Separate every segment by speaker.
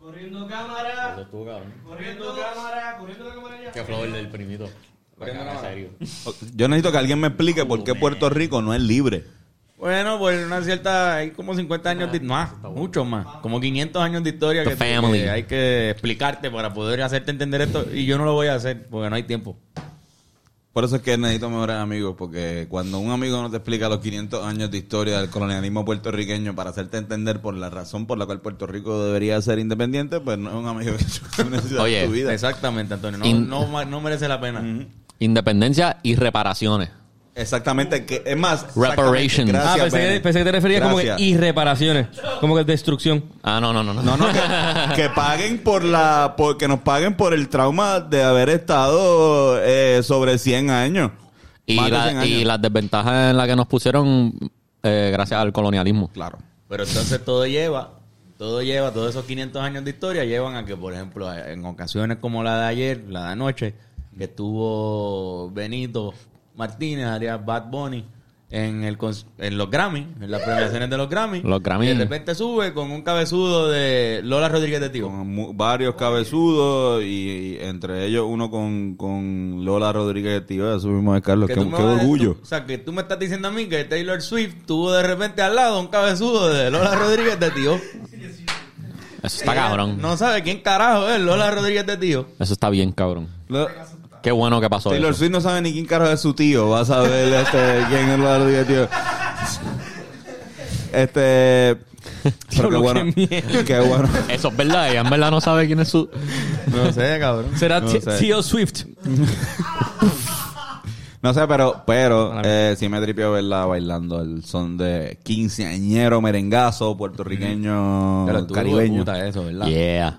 Speaker 1: Corriendo cámara.
Speaker 2: Eso estuvo cabrón.
Speaker 1: Corriendo cámara. Corriendo la cámara ya.
Speaker 2: Qué flow el del primito.
Speaker 3: Corriendo
Speaker 2: Bacana,
Speaker 3: cámara.
Speaker 2: serio.
Speaker 4: Yo necesito que alguien me explique por qué Puerto Rico no es libre.
Speaker 3: Bueno, pues una cierta, hay como 50 años, de, más, mucho más, como 500 años de historia
Speaker 2: Ah, The
Speaker 3: que, te-
Speaker 2: family.
Speaker 3: que hay que explicarte para poder hacerte entender esto y yo no lo voy a hacer porque no hay tiempo.
Speaker 4: Por eso es que necesito mejores amigos, porque cuando un amigo no te explica los 500 años de historia del colonialismo puertorriqueño para hacerte entender por la razón por la cual Puerto Rico debería ser independiente, pues no es un amigo que tú necesitas
Speaker 2: Oye,
Speaker 4: en tu vida.
Speaker 3: Exactamente, Antonio, no,
Speaker 2: In-
Speaker 3: no, ma- no merece la pena.
Speaker 2: Independencia y reparaciones.
Speaker 4: Exactamente, que es más. exactamente,
Speaker 2: Reparations.
Speaker 4: Gracias,
Speaker 5: ah, pensé que,
Speaker 4: Benny.
Speaker 5: pensé que te referías como
Speaker 4: Gracias.
Speaker 5: que irreparaciones, como que destrucción.
Speaker 2: Ah, no, no, no. No,
Speaker 4: No, no, que, que paguen por la. Por, que nos paguen por el trauma de haber estado eh, sobre 100 años.
Speaker 2: Y,
Speaker 4: Más de
Speaker 2: la-
Speaker 4: 100 años.
Speaker 2: y las desventajas en las que nos pusieron eh, gracias al colonialismo.
Speaker 4: Claro.
Speaker 3: Pero entonces todo lleva, todo lleva, todos esos 500 años de historia llevan a que, por ejemplo, en ocasiones como la de ayer, la de anoche, que estuvo Benito Martínez, haría Bad Bunny, en, el, cons- en los Grammy, en las premiaciones de los Grammy.
Speaker 2: Los Grammy.
Speaker 3: Y de repente sube con un cabezudo de Lola Rodríguez de Tío.
Speaker 4: Con mu- varios cabezudos y, y entre ellos uno con, con Lola Rodríguez, tío. Eso mismo es Carlos. Qué,
Speaker 3: tú me
Speaker 4: qué
Speaker 3: vas a-
Speaker 4: orgullo.
Speaker 3: tú- o sea, que tú me estás diciendo a mí que Taylor Swift tuvo de repente al lado un cabezudo de Lola Rodríguez de Tío.
Speaker 2: Eso está
Speaker 3: Ella
Speaker 2: cabrón.
Speaker 3: No sabe quién carajo es Lola Rodríguez de Tío.
Speaker 2: Eso está bien, cabrón.
Speaker 4: Lo-
Speaker 2: Qué bueno que pasó
Speaker 4: Taylor
Speaker 2: eso.
Speaker 4: Swift no sabe ni quién carajo es su tío. Va a saber este, quién es Lola Rodríguez, tío. Este. Pero qué
Speaker 5: Diablo,
Speaker 4: bueno.
Speaker 5: qué mierda.
Speaker 4: Qué bueno.
Speaker 2: Eso es verdad. Ella en verdad no sabe quién es su...
Speaker 3: No sé, cabrón.
Speaker 5: Será
Speaker 4: No
Speaker 5: T-
Speaker 4: sé.
Speaker 5: T.O. Swift.
Speaker 4: No sé, pero, pero
Speaker 5: Maravilla.
Speaker 4: eh, sí me tripió verla bailando el son de quinceañero, merengazo, puertorriqueño,
Speaker 3: Pero estuvo de
Speaker 4: caribeño.
Speaker 3: puta eso, ¿verdad?
Speaker 2: Yeah.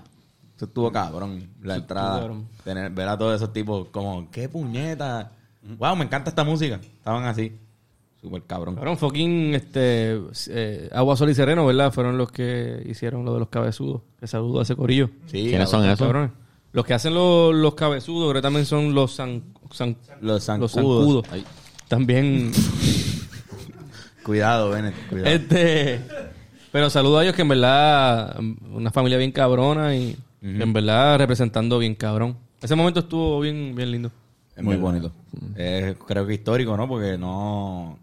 Speaker 3: Eso estuvo cabrón. La entrada.
Speaker 5: Mm. cabrón.
Speaker 3: Tener- ver a todos esos tipos como, qué puñeta.
Speaker 5: Mm.
Speaker 3: Wow, me encanta esta música. Estaban así. Súper cabrón.
Speaker 5: Fueron fucking este, eh, Agua, Sol y Sereno, ¿verdad? Fueron los que hicieron lo de los cabezudos. Que saludo a ese corillo.
Speaker 3: Sí,
Speaker 2: ¿Quiénes son
Speaker 3: cabrón.
Speaker 2: esos?
Speaker 5: Cabrones. Los que hacen los, los cabezudos, creo que también son los san, san-
Speaker 3: Los zancudos.
Speaker 5: los zancudos.
Speaker 2: Ay.
Speaker 5: También
Speaker 3: Cuidado, Bennett. Cuidado.
Speaker 5: Este, pero saludo a ellos que en verdad, una familia bien cabrona y en verdad representando bien cabrón. Ese momento estuvo bien, bien lindo.
Speaker 3: En
Speaker 4: Muy
Speaker 3: verdad.
Speaker 4: bonito.
Speaker 3: Eh, creo que histórico, ¿no? Porque no.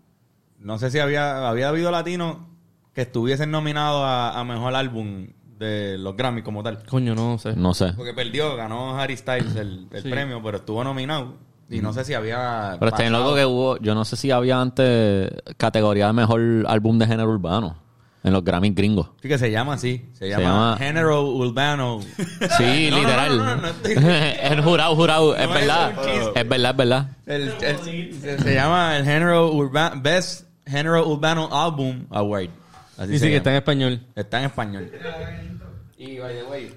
Speaker 3: No sé si había, había habido latinos que estuviesen nominados a, a mejor álbum de los Grammy como tal.
Speaker 5: Coño, no sé.
Speaker 2: No sé.
Speaker 3: Porque perdió, ganó Harry Styles el, el
Speaker 5: Sí.
Speaker 3: premio, pero estuvo nominado. Y no sé si había.
Speaker 2: Mm. Pero está en
Speaker 3: pasado.
Speaker 2: loco que hubo... Yo no sé si había antes categoría de mejor álbum de género urbano en los Grammy gringos.
Speaker 3: Sí, que se llama así. Se llama,
Speaker 2: llama-
Speaker 3: General Urbano.
Speaker 2: Sí,
Speaker 3: No, no,
Speaker 2: literal.
Speaker 3: no, no, no, estoy-
Speaker 2: es jurado, jurado. es
Speaker 3: No,
Speaker 2: verdad.
Speaker 3: es un chiste.
Speaker 2: Es verdad, es verdad.
Speaker 3: El- el- se, se llama el General Urbano Best General Urbano Album Award. Así
Speaker 5: Dice
Speaker 3: se
Speaker 5: que
Speaker 3: llama.
Speaker 5: está en español.
Speaker 3: Está en español.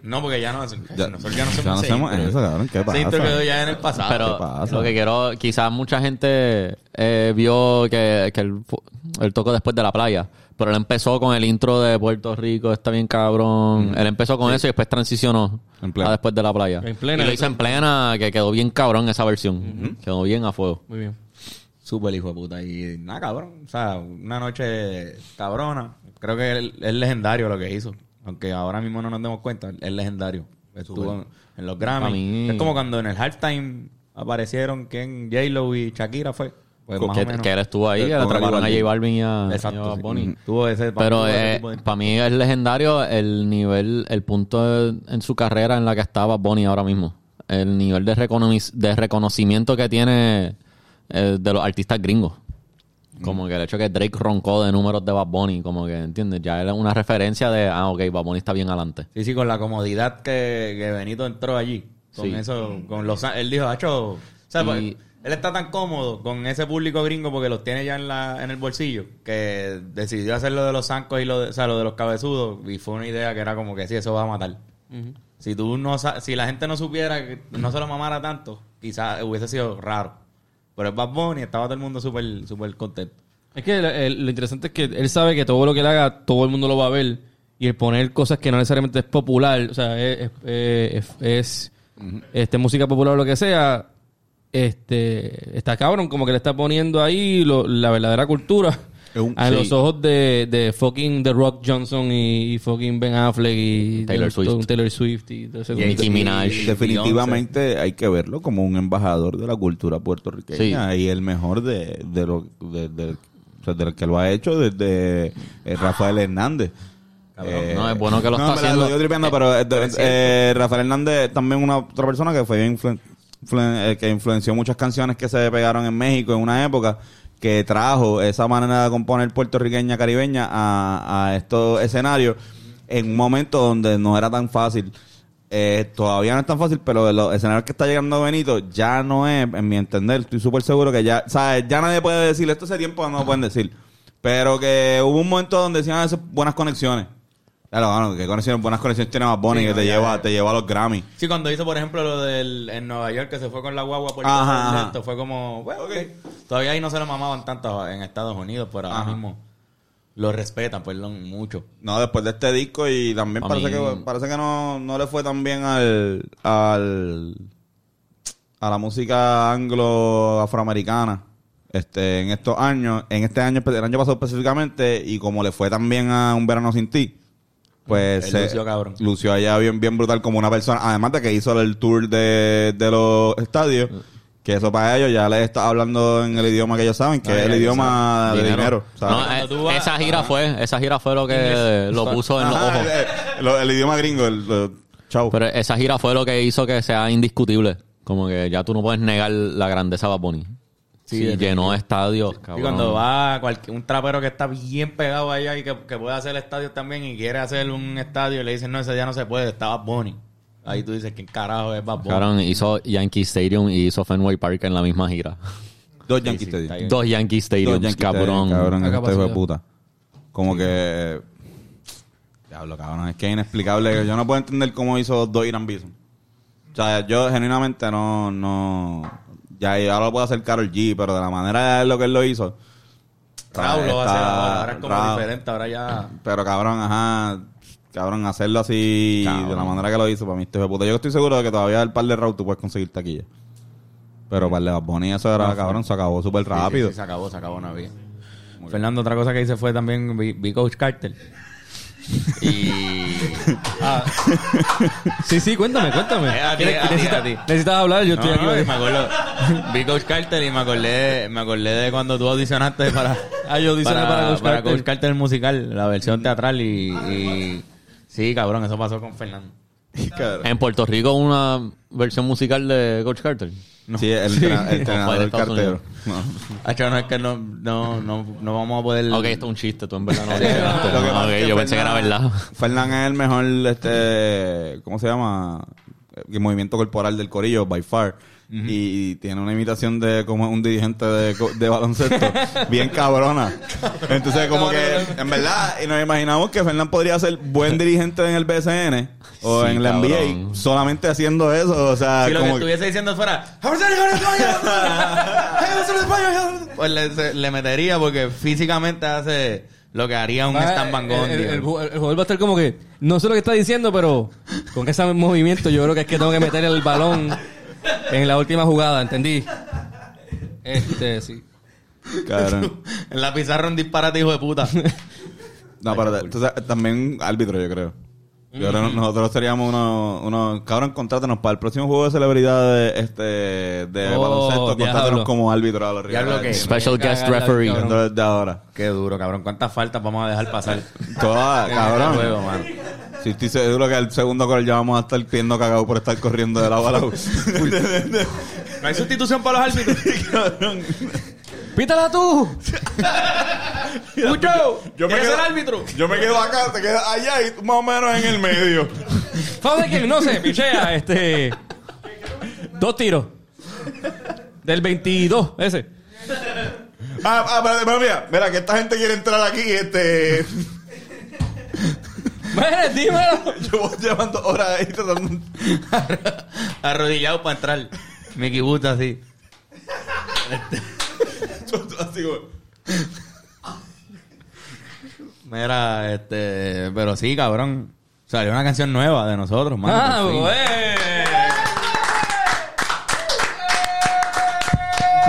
Speaker 3: No, porque ya no hacen.
Speaker 4: Ya,
Speaker 3: nosotros ya no
Speaker 4: ya no
Speaker 3: hacemos
Speaker 4: hacemos
Speaker 3: intro.
Speaker 4: eso, cabrón. ¿Qué
Speaker 3: Ese intro
Speaker 4: pasa?
Speaker 3: quedó ya en el pasado.
Speaker 4: ¿qué
Speaker 2: Pero
Speaker 4: pasa?
Speaker 2: lo que quiero, quizás mucha gente eh, vio que, que él, fu- él tocó después de la playa, pero él empezó con el intro de Puerto Rico, está bien cabrón. Él empezó con eso y después transicionó
Speaker 4: Mm. En plena.
Speaker 2: a después de la playa.
Speaker 5: En plena.
Speaker 2: Y lo hizo en plena, que quedó bien cabrón esa versión. Quedó bien a fuego.
Speaker 5: Muy bien.
Speaker 3: Súper hijo de puta. Y nada, cabrón. O sea, una noche cabrona. Creo que él- es legendario lo que hizo. Aunque ahora mismo no nos demos cuenta, es legendario. Estuvo en, en los
Speaker 2: Pa'
Speaker 3: Grammy.
Speaker 2: mí.
Speaker 3: Es como cuando en el halftime aparecieron quien J-Lo y Shakira fue. Pues más o
Speaker 2: que,
Speaker 3: menos.
Speaker 2: que él estuvo ahí,
Speaker 4: Con
Speaker 2: que le atraparon a
Speaker 4: J
Speaker 2: J Balvin y a, y a
Speaker 3: Exacto.
Speaker 2: Bad
Speaker 3: sí.
Speaker 2: Bunny.
Speaker 3: Mm. Tuvo ese
Speaker 2: Pero
Speaker 3: tuvo ese
Speaker 2: eh,
Speaker 3: tipo de-
Speaker 2: para mí es legendario el nivel, el punto de- en su carrera en la que estaba Bonnie ahora mismo. El nivel de, reconomi- de reconocimiento que tiene eh, de los artistas gringos. Como
Speaker 3: Mm.
Speaker 2: que el hecho que Drake roncó de números de Bad Bunny, como que, ¿entiendes? Ya era una referencia de, ah, ok, Bad Bunny está bien adelante.
Speaker 3: Sí, sí, con la comodidad que, que Benito entró allí. Con
Speaker 2: Sí.
Speaker 3: eso, con los él dijo, "Acho", o sea,
Speaker 2: Y-
Speaker 3: pues, él está tan cómodo con ese público gringo porque los tiene ya en la en el bolsillo que decidió hacer lo de los zancos y lo de, o sea, lo de los cabezudos y fue una idea que era como que sí, eso va a matar. Si tú no sa- si la gente no supiera que no se lo mamara tanto, quizás hubiese sido raro. Pero es Bad Bunny, estaba todo el mundo súper súper contento.
Speaker 5: Es que el- el- lo interesante es que él sabe que todo lo que él haga, todo el mundo lo va a ver. Y el poner cosas que no necesariamente es popular, o sea, es, es- es- es, este, música popular o lo que sea, este, está cabrón, como que le está poniendo ahí lo- la verdadera cultura.
Speaker 4: Es un-
Speaker 5: a
Speaker 4: sí.
Speaker 5: los ojos de, de fucking The Rock Johnson y, y fucking Ben Affleck y
Speaker 2: Taylor
Speaker 5: y-
Speaker 2: Swift.
Speaker 5: Taylor Swift y todo ese
Speaker 2: Y Nicki Minaj.
Speaker 4: Definitivamente hay que verlo como un embajador de la cultura puertorriqueña y el mejor de, de lo de, de- o sea, del que lo ha hecho desde eh, Rafael Hernández. Eh,
Speaker 2: No, es bueno que lo
Speaker 4: en
Speaker 2: está
Speaker 4: verdad,
Speaker 2: haciendo.
Speaker 4: digo tripeando, pero eh, de- eh, Rafael Hernández también una otra persona que fue influen- influen- eh, que influenció muchas canciones que se pegaron en México en una época que trajo esa manera de componer puertorriqueña caribeña a, a estos escenarios en un momento donde no era tan fácil. Eh, todavía no es tan fácil, pero los escenarios que está llegando Benito ya no es, en mi entender, estoy súper seguro que ya, ¿sabes? Ya nadie puede decir, esto hace tiempo no lo pueden decir. Pero que hubo un momento donde decían "Ah, esas buenas conexiones. Claro, bueno, que conexiones, buenas conexiones tiene más Bunny
Speaker 3: Sí,
Speaker 4: que
Speaker 3: no,
Speaker 4: te,
Speaker 3: ya,
Speaker 4: lleva,
Speaker 3: ya.
Speaker 4: te lleva a los Grammy.
Speaker 3: Sí, cuando hizo, por ejemplo, lo del en Nueva York que se fue con la guagua por
Speaker 4: Ajá,
Speaker 3: todo el
Speaker 4: ajá.
Speaker 3: resto, fue como, bueno,
Speaker 4: Ok.
Speaker 3: todavía ahí no se lo mamaban tanto en Estados Unidos, pero ahora
Speaker 4: Ajá.
Speaker 3: mismo lo respetan, perdón, mucho.
Speaker 4: No, después de este disco y también
Speaker 2: A
Speaker 4: parece
Speaker 2: mí-
Speaker 4: que parece que no, no le fue tan bien al, al a la música anglo afroamericana. Este, en estos años, en este año, el año pasado específicamente, y como le fue también a Un Verano Sin Ti, pues
Speaker 3: Él
Speaker 4: se-
Speaker 3: lució cabrón.
Speaker 4: lució allá bien, bien brutal como una persona. Además de que hizo el tour de, de los estadios, que eso para ellos ya les está hablando en el idioma que ellos saben, que
Speaker 3: Ah,
Speaker 4: es el
Speaker 3: ya,
Speaker 4: idioma
Speaker 3: ya saben.
Speaker 4: de dinero.
Speaker 3: Dinero.
Speaker 4: ¿sabes?
Speaker 2: No,
Speaker 3: Cuando
Speaker 2: eh,
Speaker 3: tú vas-
Speaker 2: esa gira fue, esa gira fue lo que
Speaker 3: Inglés. Ah,
Speaker 2: lo
Speaker 3: Está-
Speaker 2: puso en los
Speaker 4: Ajá,
Speaker 2: ojos.
Speaker 4: eh, eh, lo- el idioma gringo, el, lo- chau.
Speaker 2: Pero esa gira fue lo que hizo que sea indiscutible. Como que ya tú no puedes negar la grandeza de Bad Bunny. Sí, llenó estadios,
Speaker 3: Y
Speaker 2: cabrón.
Speaker 3: cuando va cualquier- un trapero que está bien pegado allá y que, que puede hacer estadios también y quiere hacer un estadio y le dicen, no, ese día no se puede, está Bad Bunny. Ahí tú dices, ¿quién carajo es Bad Bunny?
Speaker 2: Cabrón, hizo Yankee Stadium y hizo Fenway Park en la misma gira.
Speaker 4: dos Yankees te di.
Speaker 2: Dos Yankee Stadiums,
Speaker 4: Dos Yankees te di,
Speaker 2: cabrón.
Speaker 4: cabrón,
Speaker 5: La
Speaker 4: este
Speaker 5: capacidad.
Speaker 4: hijo de puta. Como que... Diablo, cabrón, es que es inexplicable. Yo no puedo entender cómo hizo dos Irán Bison. O sea, yo genuinamente no... no ya, ya lo puedo hacer Carol G, pero de la manera de lo que él lo hizo...
Speaker 3: Raúl lo va a hacer
Speaker 4: está-
Speaker 3: ahora, ahora es como
Speaker 4: Raúl-
Speaker 3: diferente, ahora ya...
Speaker 4: Pero cabrón, ajá. Cabrón, hacerlo así de la manera que lo hizo para mí, este hijo de puta. Yo estoy seguro de que todavía el par de Raw tú puedes conseguir taquilla. Pero para el de Bad Bunny eso era, cabrón, se acabó súper
Speaker 3: Sí, sí,
Speaker 4: rápido.
Speaker 3: sí, se acabó, se acabó una vida. Fernando, otra cosa que hice fue también vi, vi Coach Carter. Y. Ah,
Speaker 5: Sí, sí, cuéntame, cuéntame.
Speaker 3: Eh, a ti,
Speaker 5: ¿Quieres-
Speaker 3: a ti,
Speaker 5: necesitas-
Speaker 3: a ti.
Speaker 5: Necesitas hablar, yo
Speaker 3: no,
Speaker 5: estoy
Speaker 3: no, y
Speaker 5: aquí.
Speaker 3: me acuerdo. Vi Coach Carter y me acordé, me acordé de cuando tú audicionaste para.
Speaker 5: Ah, yo audicioné para Coach Carter.
Speaker 3: el musical, la versión teatral y, y- Sí, cabrón, eso pasó con Fernando.
Speaker 4: Cabrón.
Speaker 2: En Puerto Rico una versión musical de Coach Carter.
Speaker 4: Sí, el, entrena- el
Speaker 2: Como fue
Speaker 4: entrenador
Speaker 2: de Estados
Speaker 4: cartero.
Speaker 2: Unidos.
Speaker 4: No.
Speaker 3: Hacho, no es que no, no, no, no vamos a poder.
Speaker 2: Ok, esto es un chiste, tú en verdad no lo
Speaker 4: Lo que
Speaker 2: dijiste.
Speaker 4: pasa
Speaker 2: Ok,
Speaker 4: es que
Speaker 2: yo pensé que era
Speaker 4: Fernán-
Speaker 2: verdad.
Speaker 4: Fernán es el mejor, este, ¿cómo se llama? El movimiento corporal del corillo, by far. Y tiene una imitación de como un dirigente de, co- de baloncesto. bien cabrona. Entonces, como que, en verdad, y nos imaginamos que Fernán podría ser buen dirigente en el BCN o
Speaker 2: Sí,
Speaker 4: en la NBA
Speaker 2: cabrón.
Speaker 4: solamente haciendo eso. O sea,
Speaker 3: Si lo Ah, que
Speaker 4: como
Speaker 3: estuviese diciendo fuera. Pues le, se- le metería porque físicamente hace lo que haría un Stan Van Gundy.
Speaker 5: Ah, el, el- el ju- el jugador va a estar como que, no sé lo que está diciendo, pero con ese movimiento yo creo que es que tengo que meter el balón en la última jugada, ¿entendí? Este, sí.
Speaker 4: cabrón.
Speaker 3: En la pizarra un disparate, hijo de puta.
Speaker 4: No, pero entonces, también árbitro, yo creo. Yo creo que nosotros seríamos unos, unos cabrón, contrátanos para el próximo juego de celebridades este, de
Speaker 5: Oh,
Speaker 4: baloncesto,
Speaker 5: diablo.
Speaker 4: contrátanos como árbitro a los
Speaker 3: Diablo
Speaker 4: rivales.
Speaker 3: que-
Speaker 2: Special
Speaker 5: Cagar
Speaker 2: guest
Speaker 5: la
Speaker 2: referee.
Speaker 5: cabrón.
Speaker 4: Viendo desde ahora.
Speaker 3: Qué duro, cabrón. ¿Cuántas faltas vamos a dejar pasar?
Speaker 4: Toda, cabrón.
Speaker 3: Este juego, mano.
Speaker 4: Si estoy seguro que al segundo gol ya vamos a estar pidiendo cagado por estar corriendo de lado a lado.
Speaker 3: No hay sustitución para los árbitros.
Speaker 5: ¡Pítala tú!
Speaker 3: Mucho.
Speaker 4: Yo me
Speaker 3: ¿Quieres
Speaker 4: quedo-
Speaker 3: ser árbitro?
Speaker 4: Yo me quedo acá, te quedas allá y tú más o menos en el medio.
Speaker 5: Foul de King, no sé, pichea, este. Dos tiros. Del 22, ese.
Speaker 4: Ah, ah, pero, pero mira, mira que esta gente quiere entrar aquí, este...
Speaker 5: Mira, dímelo.
Speaker 4: Llevo llevando horas ahí tratando...
Speaker 3: Arrodillado para entrar. Me quibuta así.
Speaker 4: Así como-
Speaker 3: Mira, este. Pero sí, cabrón. Salió una canción nueva de nosotros, mano.
Speaker 5: Ah,
Speaker 3: por fin.
Speaker 5: güey.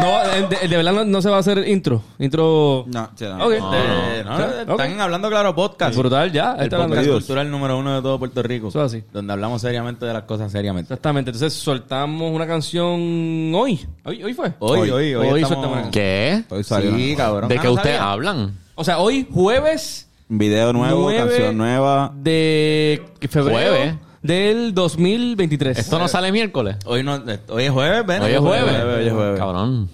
Speaker 5: No, eh, de, de- de verdad no, no se va a hacer intro. Intro.
Speaker 4: No, che, no.
Speaker 5: Ok.
Speaker 3: Eh, no,
Speaker 5: Ok.
Speaker 3: Están hablando claro podcast.
Speaker 5: Brutal, ya. ahí
Speaker 3: El
Speaker 5: está
Speaker 3: podcast
Speaker 5: hablando.
Speaker 3: cultural número uno de todo Puerto Rico.
Speaker 5: Eso es así.
Speaker 3: Donde hablamos seriamente de las cosas seriamente.
Speaker 5: Exactamente. Entonces soltamos una canción hoy. Hoy, hoy fue.
Speaker 4: Oh.
Speaker 3: Hoy, hoy, hoy.
Speaker 5: Hoy
Speaker 3: estamos-
Speaker 5: soltamos una-
Speaker 2: ¿Qué?
Speaker 4: Hoy salió
Speaker 3: Sí,
Speaker 4: una-
Speaker 3: cabrón.
Speaker 2: ¿De
Speaker 3: Ah,
Speaker 2: qué
Speaker 3: no
Speaker 2: ustedes
Speaker 3: sabía.
Speaker 2: hablan?
Speaker 5: O sea, hoy jueves
Speaker 4: Video nuevo,
Speaker 5: Nueve-
Speaker 4: canción nueva.
Speaker 5: de febrero
Speaker 2: Jueves.
Speaker 5: del 2023.
Speaker 2: ¿Esto no sale miércoles?
Speaker 3: Hoy, no, eh, hoy es jueves, ven.
Speaker 2: Hoy es jueves.
Speaker 4: Hoy es jueves.
Speaker 2: Cabrón.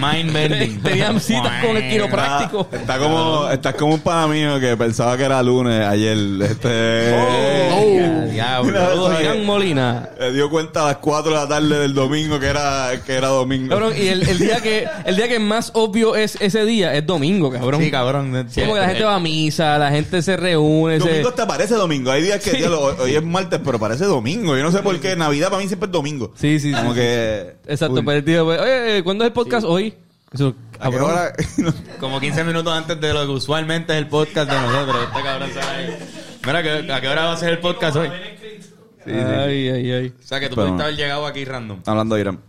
Speaker 3: Mind bending.
Speaker 5: Tenían citas con el quiropráctico.
Speaker 4: Ah, Está como, está como un pana mío que pensaba que era lunes ayer. Este.
Speaker 5: Oh.
Speaker 4: Mira,
Speaker 3: Diablo.
Speaker 4: eso es-
Speaker 5: Oigan Molina.
Speaker 4: Se dio cuenta a las 4 de la tarde del domingo que era, que era domingo.
Speaker 5: Cabrón, y el, el día que el día que más obvio es ese día es domingo, cabrón.
Speaker 3: Sí, cabrón. Este,
Speaker 5: Como que la gente va a misa, la gente se reúne, se-
Speaker 4: Domingo te parece domingo. Hay días que diablo, hoy- hoy es martes, pero parece domingo. Yo no sé por qué. Navidad para mí siempre es domingo.
Speaker 5: Sí, sí, sí.
Speaker 4: Como que.
Speaker 5: Exacto,
Speaker 4: Uy,
Speaker 5: pero el tío, pues, oye, ¿cuándo es el podcast hoy? Eso,
Speaker 4: ¿A qué
Speaker 5: cabrón.
Speaker 4: hora?
Speaker 3: eh, Como 15 minutos antes de lo que usualmente es el podcast de nosotros. Este cabrón sabe. Mira, ¿qué- ¿a qué hora va a ser el podcast hoy?
Speaker 5: Ay, ay, ay.
Speaker 3: O sea, que tú
Speaker 4: Pero
Speaker 3: pudiste
Speaker 4: no.
Speaker 3: haber llegado aquí random.
Speaker 4: Hablando de Irán.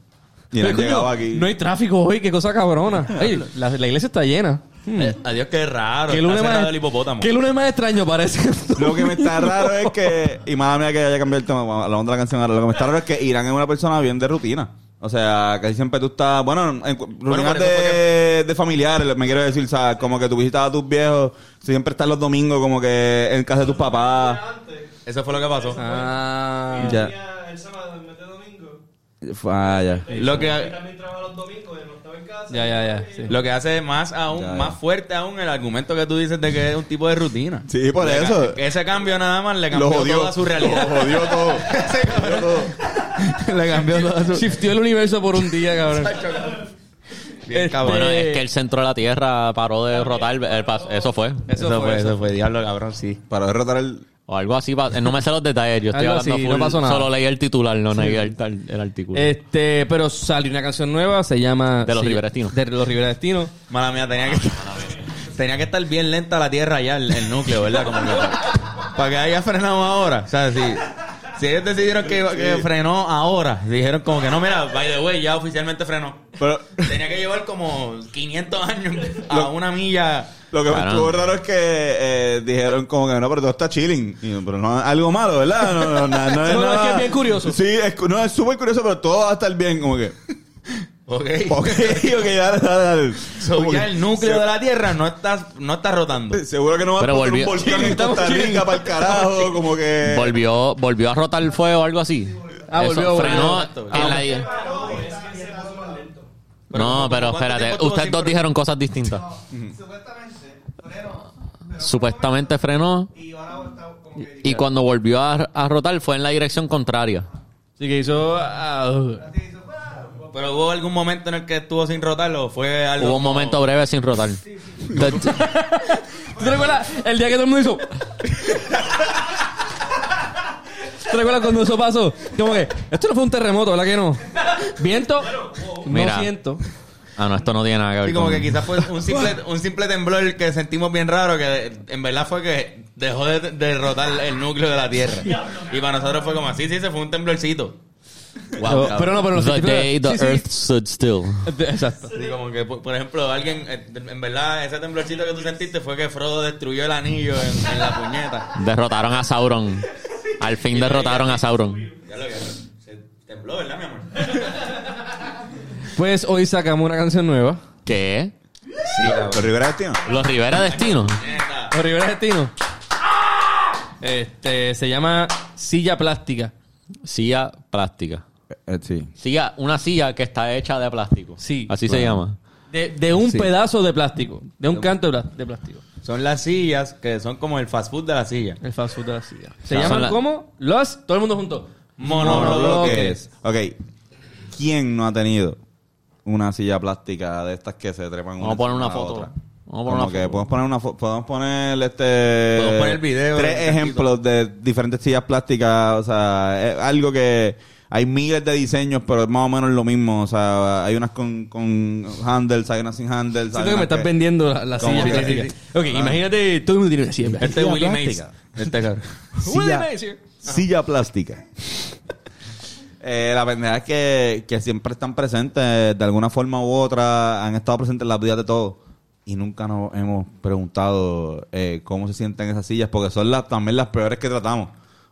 Speaker 4: Irán
Speaker 5: Coño,
Speaker 4: llegaba aquí.
Speaker 5: No hay tráfico hoy, qué cosa cabrona. Ay, la, la iglesia está llena. Hmm.
Speaker 3: Eh, adiós, qué raro.
Speaker 5: ¿Qué
Speaker 3: está
Speaker 5: lunes,
Speaker 3: cerrado
Speaker 5: más,
Speaker 3: el hipopótamo.
Speaker 5: qué lunes más extraño parece.
Speaker 4: Lo que me está raro es que. Y madre mía que haya cambiado el tema. bueno, Hablamos de la canción ahora. Lo que me está raro es que Irán es una persona bien de rutina. O sea, casi siempre tú estás. Bueno, en cu- rutinas
Speaker 3: por eso
Speaker 4: de, de familiares, me quiero decir. O sea, como que tú visitabas a tus viejos. Siempre estás los domingos, como que en casa de tus papás.
Speaker 1: Antes,
Speaker 3: Eso fue lo que pasó.
Speaker 5: Ah.
Speaker 4: Ya.
Speaker 1: tenía el sábado en vez de domingo.
Speaker 4: Falla.
Speaker 3: Lo
Speaker 1: Yo
Speaker 3: que,
Speaker 1: también trabajaba los domingos, no estaba en casa.
Speaker 5: Ya, ya, ya, sí.
Speaker 3: lo que hace más aún,
Speaker 4: Ya, ya.
Speaker 3: más fuerte aún el argumento que tú dices de que es un tipo de rutina.
Speaker 4: Sí, por eso.
Speaker 3: Que ese cambio nada más le cambió
Speaker 4: Lo jodió.
Speaker 3: toda su realidad.
Speaker 4: Lo jodió todo.
Speaker 3: le cambió toda su
Speaker 5: Shiftió el universo por un día, cabrón.
Speaker 3: Bien,
Speaker 5: Este-
Speaker 3: cabrón.
Speaker 2: Bueno,
Speaker 5: Eh.
Speaker 2: es que el centro de la Tierra paró de rotar. el pas- eso fue.
Speaker 3: Eso, fue, eso fue. Diablo, cabrón, sí.
Speaker 4: Para derrotar el.
Speaker 2: O algo así. pa- eh, No me sé los detalles. Yo estoy
Speaker 5: Algo
Speaker 2: hablando
Speaker 5: así,
Speaker 2: full.
Speaker 5: no pasó nada.
Speaker 2: Solo leí el titular, no leí el, tal- el artículo.
Speaker 5: Este, pero salió una canción nueva, se llama...
Speaker 2: De los
Speaker 5: se-
Speaker 2: Riverestinos.
Speaker 5: De los Riverestinos.
Speaker 3: Mala mía, tenía que, tenía que estar bien lenta la tierra ya, el, el núcleo, ¿verdad? Como que para, para que haya frenado ahora. O sea, si, si ellos decidieron que, que frenó ahora, dijeron como que no, mira, by the way, ya oficialmente frenó.
Speaker 4: Pero
Speaker 3: Tenía que llevar como 500 años a una milla.
Speaker 4: lo que me
Speaker 2: Caramba.
Speaker 4: estuvo raro es que eh, dijeron como que no, pero todo está chilling. Y yo, pero no, algo malo, ¿verdad? No, no, no, no es
Speaker 5: No, no, es
Speaker 4: nada.
Speaker 5: que es bien curioso.
Speaker 4: Sí, es, cu- no, es súper curioso, pero todo va a estar bien. Como que.
Speaker 3: Ok.
Speaker 4: Ok, ok, dale, dale, dale.
Speaker 3: So,
Speaker 4: Como
Speaker 3: ya
Speaker 4: que
Speaker 3: el núcleo de la tierra no está, no está rotando.
Speaker 4: se- Seguro que no va a
Speaker 2: Pero
Speaker 4: explotar un
Speaker 2: volvió.
Speaker 4: volcán en Costa Rica para el carajo. Como que.
Speaker 2: volvió, volvió a rotar el fuego o algo así.
Speaker 5: Ah,
Speaker 2: Eso,
Speaker 5: volvió, volvió.
Speaker 2: frenó
Speaker 3: Exacto.
Speaker 2: en
Speaker 3: Ah,
Speaker 2: la-
Speaker 1: No, es que se puso más lento.
Speaker 2: No, pero
Speaker 3: ¿cuánto- cuánto tiempo
Speaker 2: espérate.
Speaker 3: estuvo
Speaker 2: Ustedes
Speaker 3: sin
Speaker 2: dos
Speaker 3: fre-
Speaker 2: dijeron cosas distintas.
Speaker 1: Supuestamente, pero. pero-
Speaker 2: Supuestamente frenó.
Speaker 1: Y ahora está como que.
Speaker 2: Y cuando volvió a, a rotar fue en la dirección contraria.
Speaker 5: Así que hizo... ah, uh.
Speaker 3: Pero hubo algún momento en el que estuvo sin rotarlo, fue algo.
Speaker 2: Hubo un
Speaker 3: como-
Speaker 2: momento breve sin rotar. Entonces,
Speaker 5: ¿Tú te recuerdas el día que todo el mundo hizo? ¿Tú ¿Te recuerdas cuando eso pasó? Como que, esto no fue un terremoto, ¿verdad que no? ¿Viento?
Speaker 2: Mira.
Speaker 5: No siento.
Speaker 2: Ah, no, esto no tiene nada que ver.
Speaker 3: Sí, como
Speaker 2: con-
Speaker 3: que quizás fue un simple, un simple temblor que sentimos bien raro, que en verdad fue que dejó de derrotar el núcleo de la Tierra. Y para nosotros fue como así, sí, se fue un temblorcito.
Speaker 5: Pero- pero no, pero los
Speaker 2: The day the
Speaker 5: Sí, sí.
Speaker 2: earth stood still.
Speaker 5: Exacto.
Speaker 3: Así como que, por por ejemplo, alguien, eh, en verdad, ese temblorcito que tú sentiste fue que Frodo destruyó el anillo en, en la puñeta.
Speaker 2: Derrotaron a Sauron. Al fin derrotaron a Sauron.
Speaker 3: Ya lo que se tembló, ¿verdad, mi amor?
Speaker 5: Pues hoy sacamos una canción nueva.
Speaker 2: ¿Qué?
Speaker 3: Sí, cabrón.
Speaker 4: ¿Los Rivera Destino?
Speaker 2: Los Rivera Destino.
Speaker 3: Puñeta.
Speaker 5: Los Rivera Destino. Este, se llama Silla Plástica.
Speaker 2: Silla plástica.
Speaker 4: Eh, sí.
Speaker 2: Silla, una silla que está hecha de plástico.
Speaker 5: Sí.
Speaker 2: Así se llama.
Speaker 5: De, de un pedazo de plástico. De un canto de plá- de plástico.
Speaker 3: Son las sillas que son como el fast food de la silla.
Speaker 5: El fast food de la silla. Se
Speaker 2: Son
Speaker 5: llaman
Speaker 2: la-
Speaker 5: como los... Todo el mundo junto.
Speaker 4: Monobloques. Ok. ¿Quién no ha tenido una silla plástica de estas que se trepan
Speaker 2: Vamos a
Speaker 4: encima
Speaker 2: poner una
Speaker 4: de la
Speaker 2: foto.
Speaker 4: otra?
Speaker 2: Vamos a poner
Speaker 4: Como
Speaker 2: una
Speaker 4: que
Speaker 2: foto.
Speaker 4: Podemos poner una foto. Podemos poner este.
Speaker 3: Podemos poner el video
Speaker 4: Tres
Speaker 3: del
Speaker 4: ejemplos de diferentes sillas plásticas. O sea, es algo que. Hay miles de diseños, pero es más o menos lo mismo. O sea, hay unas con, con handles, hay unas sin handles.
Speaker 5: Siento
Speaker 4: hay
Speaker 5: que me
Speaker 4: unas
Speaker 5: estás vendiendo la, la
Speaker 4: Como
Speaker 5: silla
Speaker 4: que-
Speaker 5: plástica.
Speaker 4: sí, sí,
Speaker 5: Ok, imagínate... Todo el mundo tiene una silla plástica.
Speaker 3: Este es Willy
Speaker 4: plástica.
Speaker 3: Mays. Este cabrón.
Speaker 5: Willie
Speaker 4: Silla,
Speaker 5: Mays here.
Speaker 4: silla plástica. Eh, la pendeja es que, que siempre están presentes, de alguna forma u otra, han estado presentes en las vidas de todos. Y nunca nos hemos preguntado eh, cómo se sienten esas sillas, porque son las, también las peores que tratamos.